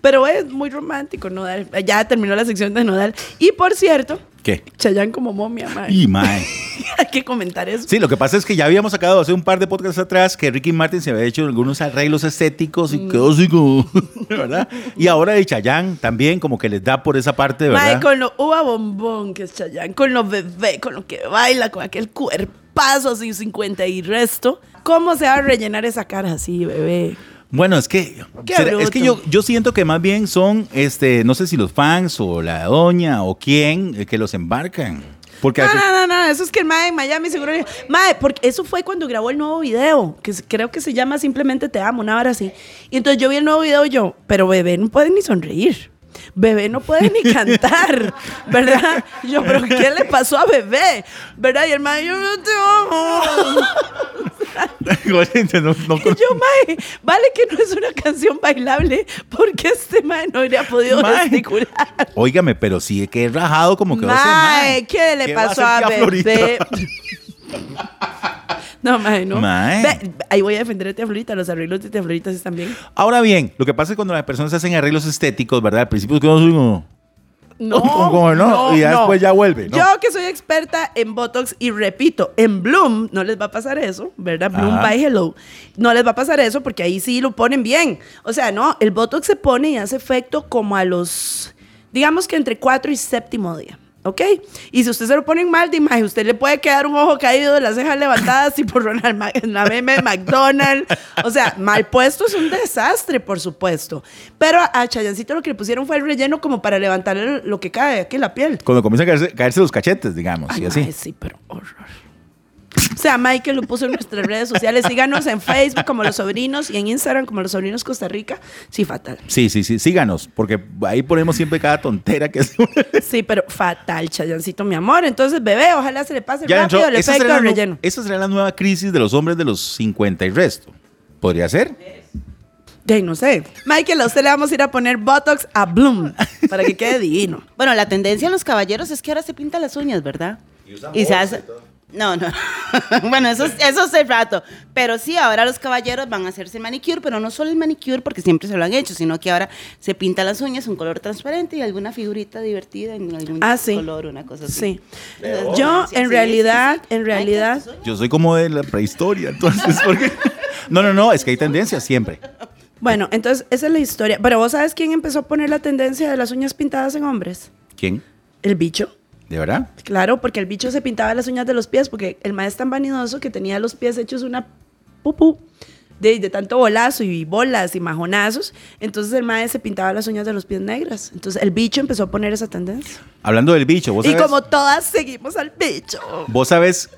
Speaker 3: Pero es muy romántico, Nodal. Ya terminó la sección de Nodal. Y por cierto,
Speaker 2: ¿Qué?
Speaker 3: Chayanne como momia, mae.
Speaker 2: Y mae.
Speaker 3: Hay que comentar eso.
Speaker 2: Sí, lo que pasa es que ya habíamos sacado hace un par de podcasts atrás que Ricky Martin se había hecho algunos arreglos estéticos y quedó así como, ¿verdad? Y ahora de Chayán también como que les da por esa parte,
Speaker 3: Mae,
Speaker 2: ¿verdad?
Speaker 3: con lo uva bombón que es Chayanne, con los bebés, con lo que baila, con aquel cuerpazo así 50 y resto. ¿Cómo se va a rellenar esa cara así, bebé?
Speaker 2: Bueno, es que
Speaker 3: Qué
Speaker 2: será- es que yo,
Speaker 3: bruto.
Speaker 2: yo siento que más bien son, este, no sé si los fans o la doña o quién eh, que los embarcan. Porque al
Speaker 3: No,
Speaker 2: fin-
Speaker 3: no, no, no, eso es que el Mae en Miami seguro. le- Mae, porque eso fue cuando grabó el nuevo video, que se- creo que se llama Simplemente Te Amo, una hora así. Y entonces yo vi el nuevo video y yo, pero bebé no puede ni sonreír. Bebé no puede ni cantar, ¿verdad? Y Yo, pero ¿qué le pasó a bebé? ¿Verdad? Y el mae, yo no te amo.
Speaker 2: no- no-
Speaker 3: Y yo, mae, vale que no es una canción bailable, porque este mae no hubiera podido
Speaker 2: Mae.
Speaker 3: gesticular.
Speaker 2: Óigame, pero sí que rajado como que
Speaker 3: Mae, ¿qué le pasó a, bebé? No, mae, no.
Speaker 2: Mae.
Speaker 3: Ve, ve, ahí voy a defender a Tía Florita. Los arreglos de Tía Florita sí están bien.
Speaker 2: Ahora bien, lo que pasa es cuando las personas hacen arreglos estéticos, ¿verdad? Al principio quedó así como...
Speaker 3: No.
Speaker 2: ¿Cómo- cómo no? Y ya después ya vuelve, ¿no?
Speaker 3: Yo que soy experta en Botox y repito, en Bloom no les va a pasar eso, ¿verdad? Bloom
Speaker 2: Ajá.
Speaker 3: by Hello. No les va a pasar eso porque ahí sí lo ponen bien. O sea, no, el Botox se pone y hace efecto como a los, digamos que entre cuatro y séptimo día. ¿Ok? Y si usted se lo ponen mal, de imagen, usted le puede quedar un ojo caído, las cejas levantadas, tipo Ronald Mac- la meme de McDonald's. O sea, mal puesto es un desastre, por supuesto. Pero a Chayancito lo que le pusieron fue el relleno como para levantarle lo que cae aquí en la piel.
Speaker 2: Cuando comienzan a caerse, caerse los cachetes, digamos,
Speaker 3: Ay,
Speaker 2: y así.
Speaker 3: mae, sí, pero horror. O sea, Michael lo puso en nuestras redes sociales. Síganos en Facebook como Los Sobrinos y en Instagram como Los Sobrinos Costa Rica. Sí, fatal.
Speaker 2: Sí, sí, sí, síganos, porque ahí ponemos siempre cada tontera que hacemos.
Speaker 3: Sí, pero fatal, Chayancito, mi amor. Entonces, bebé, ojalá se le pase
Speaker 2: Ya
Speaker 3: rápido
Speaker 2: entró.
Speaker 3: el
Speaker 2: Esa
Speaker 3: efecto
Speaker 2: será,
Speaker 3: del
Speaker 2: la nu-
Speaker 3: relleno.
Speaker 2: esa será la nueva crisis de los hombres de los 50 y resto. ¿Podría ser?
Speaker 3: De ahí no sé. Michael, a usted le vamos a ir a poner Botox a Bloom para que quede divino.
Speaker 4: Bueno, la tendencia en los caballeros es que ahora se pintan las uñas, ¿verdad? Y se hace... No, no. bueno, eso, es- eso hace rato. Pero sí, ahora los caballeros van a hacerse manicure, pero no solo el manicure porque siempre se lo han hecho, sino que ahora se pintan las uñas un color transparente y alguna figurita divertida en algún
Speaker 3: Ah, sí.
Speaker 4: color, una cosa así.
Speaker 3: Sí.
Speaker 4: Entonces,
Speaker 3: Yo,
Speaker 4: sí, sí,
Speaker 3: en
Speaker 4: sí,
Speaker 3: realidad,
Speaker 4: sí, sí.
Speaker 3: en
Speaker 4: Ay, ¿qué
Speaker 3: realidad.
Speaker 4: es eso?
Speaker 2: Yo soy como de la prehistoria, entonces, porque... No, no, no, es que hay tendencias siempre.
Speaker 3: Bueno, entonces, esa es la historia. Pero vos sabes quién empezó a poner la tendencia de las uñas pintadas en hombres?
Speaker 2: ¿Quién?
Speaker 3: El bicho.
Speaker 2: ¿De verdad?
Speaker 3: Claro, porque el bicho se pintaba las uñas de los pies, porque el maestro es tan vanidoso que tenía los pies hechos una pupú de, de tanto bolazo y bolas y majonazos. Entonces el maestro se pintaba las uñas de los pies negras. Entonces el bicho empezó a poner esa tendencia.
Speaker 2: Hablando del bicho, vos
Speaker 3: Y
Speaker 2: sabés-
Speaker 3: como todas seguimos al bicho.
Speaker 2: Vos sabés...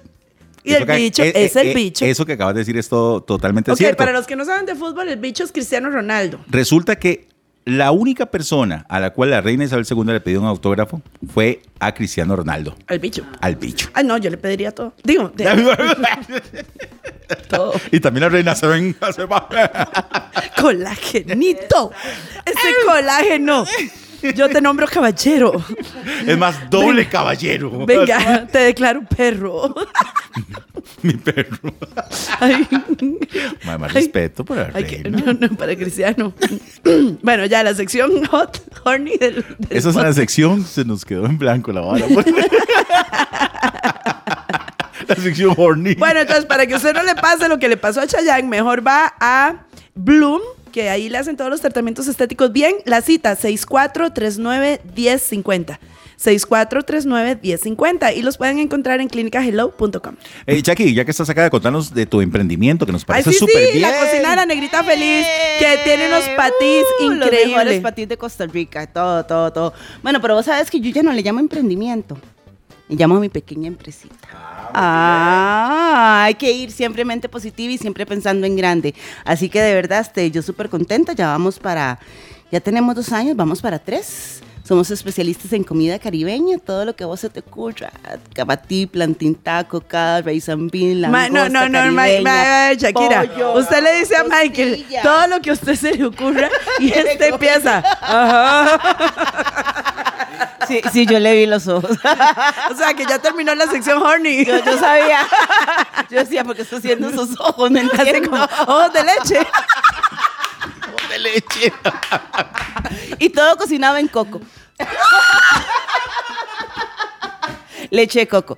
Speaker 3: Y
Speaker 2: eso
Speaker 3: el
Speaker 2: que-
Speaker 3: bicho
Speaker 2: eh,
Speaker 3: es
Speaker 2: eh,
Speaker 3: el
Speaker 2: eh,
Speaker 3: bicho.
Speaker 2: Eso que acabas de decir es todo totalmente
Speaker 3: Ok,
Speaker 2: cierto.
Speaker 3: para los que no saben de fútbol, el bicho es Cristiano Ronaldo.
Speaker 2: Resulta que la única persona a la cual la reina Isabel II le pidió un autógrafo fue a Cristiano Ronaldo,
Speaker 3: Al bicho.
Speaker 2: al bicho.
Speaker 3: Ay, no, yo le pediría todo. Digo, de- todo.
Speaker 2: y también la reina se venga, se va.
Speaker 3: Colagenito. Ese colágeno. Yo te nombro caballero.
Speaker 2: Es más, doble caballero.
Speaker 3: Venga, te declaro perro.
Speaker 2: Mi perro.
Speaker 3: Ay.
Speaker 2: Más, más
Speaker 3: Ay.
Speaker 2: respeto para la
Speaker 3: Ay, que-
Speaker 2: reina.
Speaker 3: no, no, para Cristiano. bueno, ya la sección hot, horny del. del
Speaker 2: Esa es la sección, se nos quedó en blanco la vara. la sección horny.
Speaker 3: Bueno, entonces, para que usted no le pase lo que le pasó a Chayanne, mejor va a Bloom, que ahí le hacen todos los tratamientos estéticos bien. La cita, 6439-1050. 6439-1050. Y los pueden encontrar en clinicahello.com.
Speaker 2: Eh, Jackie, ya que estás acá, contanos de tu emprendimiento que nos
Speaker 3: Ay,
Speaker 2: parece
Speaker 3: sí,
Speaker 2: súper
Speaker 3: sí,
Speaker 2: bien.
Speaker 3: la cocina de la negrita feliz, que tiene unos patís
Speaker 4: Uh, Los mejores
Speaker 3: increíbles.
Speaker 4: patís de Costa Rica, todo, todo, todo. Bueno, pero vos sabes que yo ya no le llamo emprendimiento. Le llamo a mi pequeña empresita. Ah, hay que ir siempre mente positiva y siempre pensando en grande. Así que de verdad, este, yo súper contenta. Ya vamos para, ya tenemos dos años, vamos para tres. Somos especialistas en comida caribeña, todo lo que a vos se te ocurra. Cabatí, plantín taco, cada raíz and bean,
Speaker 3: Ma- no, no,
Speaker 4: langosta
Speaker 3: no, ma-
Speaker 4: caribeña,
Speaker 3: ma- Shakira.
Speaker 4: pollo,
Speaker 3: usted le dice a Michael
Speaker 4: costilla.
Speaker 3: todo lo que a usted se le ocurra y este empieza. Ajá.
Speaker 4: Sí, sí, yo le vi los ojos.
Speaker 3: O sea, que ya terminó la sección horny.
Speaker 4: Yo, yo sabía. Yo decía, porque está haciendo sus ojos, no
Speaker 3: Hace
Speaker 4: entiendo.
Speaker 3: como ojos de leche.
Speaker 2: de leche.
Speaker 4: Y todo cocinaba en coco. leche de coco.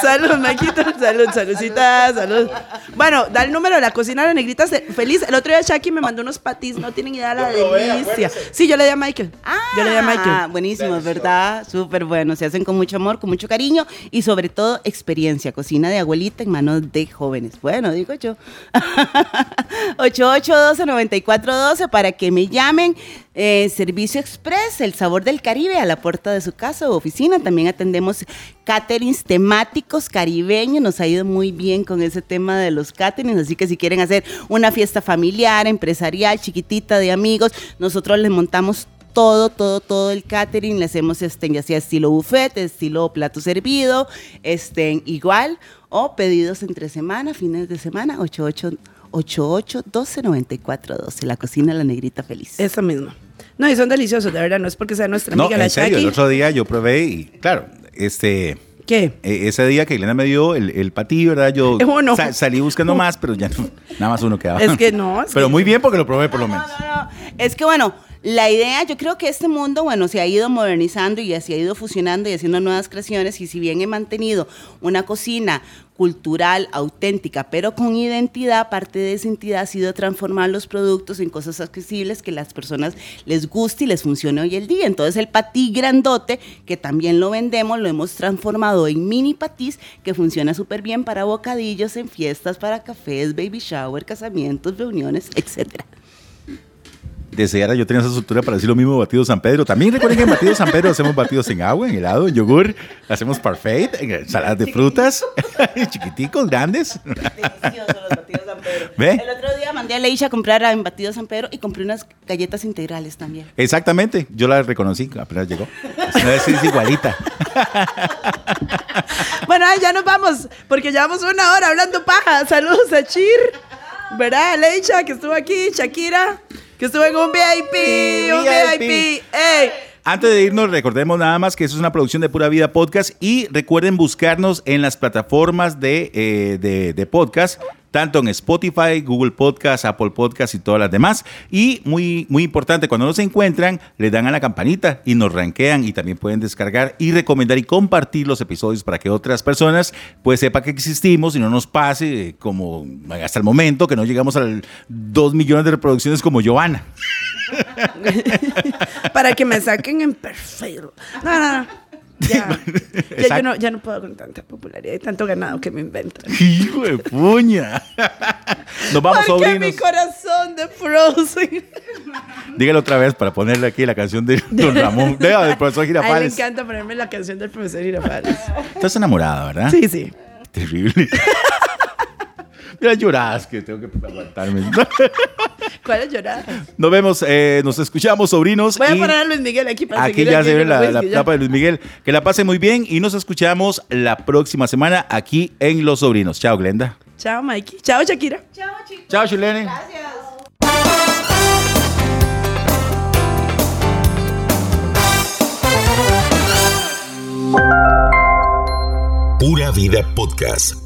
Speaker 3: Salud, Maquito. Salud, saludcita. Salud. Bueno, da el número de la cocina de la negrita se- feliz. El otro día Shaki me mandó unos patis. No tienen idea la delicia. Sí, yo le di a Michael. yo le di a
Speaker 4: Ah,
Speaker 3: Michael.
Speaker 4: buenísimo, ¿verdad? Súper bueno. Se hacen con mucho amor, con mucho cariño y sobre todo experiencia. Cocina de abuelita en manos de jóvenes. Bueno, digo yo. 8812-9412 para que me llamen. Eh, Servicio Express, el sabor del Caribe a la puerta de su casa o oficina. También atendemos caterings temáticos caribeños. Nos ha ido muy bien con ese tema de los caterings. Así que si quieren hacer una fiesta familiar, empresarial, chiquitita, de amigos, nosotros les montamos todo, todo, todo el catering. Le hacemos, este, ya sea estilo buffet, estilo plato servido, este, igual, o pedidos entre semana, fines de semana, 88 88 12 94 12. La cocina de La Negrita Feliz.
Speaker 3: Esa misma. No, y son deliciosos, de verdad. No es porque sea nuestra
Speaker 2: No,
Speaker 3: amiga la
Speaker 2: en serio,
Speaker 3: Shaki.
Speaker 2: el otro día yo probé y, claro, este...
Speaker 3: ¿Qué?
Speaker 2: e- Ese día que Elena me dio el, el patí, ¿verdad? Yo
Speaker 3: Es uno.
Speaker 2: sa- salí buscando más, pero ya no- nada más uno quedaba.
Speaker 3: Es que no, es
Speaker 2: pero
Speaker 3: que-
Speaker 2: muy bien porque lo probé por lo menos.
Speaker 4: Es que bueno, la idea, yo creo que este mundo, bueno, se ha ido modernizando y se ha ido fusionando y haciendo nuevas creaciones y si bien he mantenido una cocina cultural, auténtica, pero con identidad, parte de esa identidad ha sido transformar los productos en cosas accesibles que las personas les guste y les funcione hoy el día. Entonces el patí grandote, que también lo vendemos, lo hemos transformado en mini patís, que funciona súper bien para bocadillos, en fiestas, para cafés, baby shower, casamientos, reuniones, etcétera.
Speaker 2: Deseara yo tenía esa soltura para decir lo mismo de Batido San Pedro. También recuerden que en Batido San Pedro hacemos batidos en agua, en helado, en yogur, hacemos parfait, en ensaladas de frutas, chiquiticos, grandes. ¿Ve?
Speaker 4: El otro día mandé a Leisha a comprar en Batido San Pedro y compré unas galletas integrales también.
Speaker 2: Exactamente, yo la reconocí, apenas llegó. Es una vez es igualita.
Speaker 3: Bueno, ay, ya nos vamos, porque llevamos una hora hablando paja. Saludos a Chir, ¿verdad? Leisha, que estuvo aquí, Shakira, que estuvo en un VIP, un
Speaker 2: VIP.
Speaker 3: VIP. ¡Ey!
Speaker 2: Antes de irnos, recordemos nada más que eso es una producción de Pura Vida Podcast y recuerden buscarnos en las plataformas de, eh, de- de podcast, tanto en Spotify, Google Podcast, Apple Podcast y todas las demás. Y muy, muy importante, cuando nos encuentran, le dan a la campanita y nos ranquean y también pueden descargar y recomendar y compartir los episodios para que otras personas pues sepa que existimos y no nos pase eh, como hasta el momento que no llegamos a 2 millones de reproducciones como Giovanna.
Speaker 3: Para que me saquen en perfil. No, no, no. Ya, ya, yo
Speaker 2: Exacto.
Speaker 3: no, ya no puedo con tanta popularidad y tanto ganado que me inventan.
Speaker 2: ¡Hijo de puña! Nos vamos,
Speaker 3: Porque
Speaker 2: sobrinos.
Speaker 3: mi corazón de Frozen.
Speaker 2: Dígalo otra vez para ponerle aquí la canción de Don Ramón. De, del profesor
Speaker 3: A él le
Speaker 2: Girafales. Ah.
Speaker 3: encanta ponerme la canción del profesor Girafales.
Speaker 2: Estás enamorada, ¿verdad?
Speaker 3: Sí, sí.
Speaker 2: Terrible. Mira, llorás que tengo que aguantarme.
Speaker 3: ¿Cuál es llorar?
Speaker 2: Nos vemos, eh, nos escuchamos, sobrinos.
Speaker 3: Voy a
Speaker 2: y
Speaker 3: poner a Luis Miguel aquí para
Speaker 2: Aquí
Speaker 3: seguir
Speaker 2: ya se ve
Speaker 3: no
Speaker 2: la,
Speaker 3: puedes
Speaker 2: la
Speaker 3: que ya-
Speaker 2: tapa de Luis Miguel. Que la pase muy bien y nos escuchamos la próxima semana aquí en Los Sobrinos. Chao, Glenda.
Speaker 3: Chao, Mikey. Chao, Shakira.
Speaker 2: Chao, Chilene.
Speaker 1: Pura Vida Podcast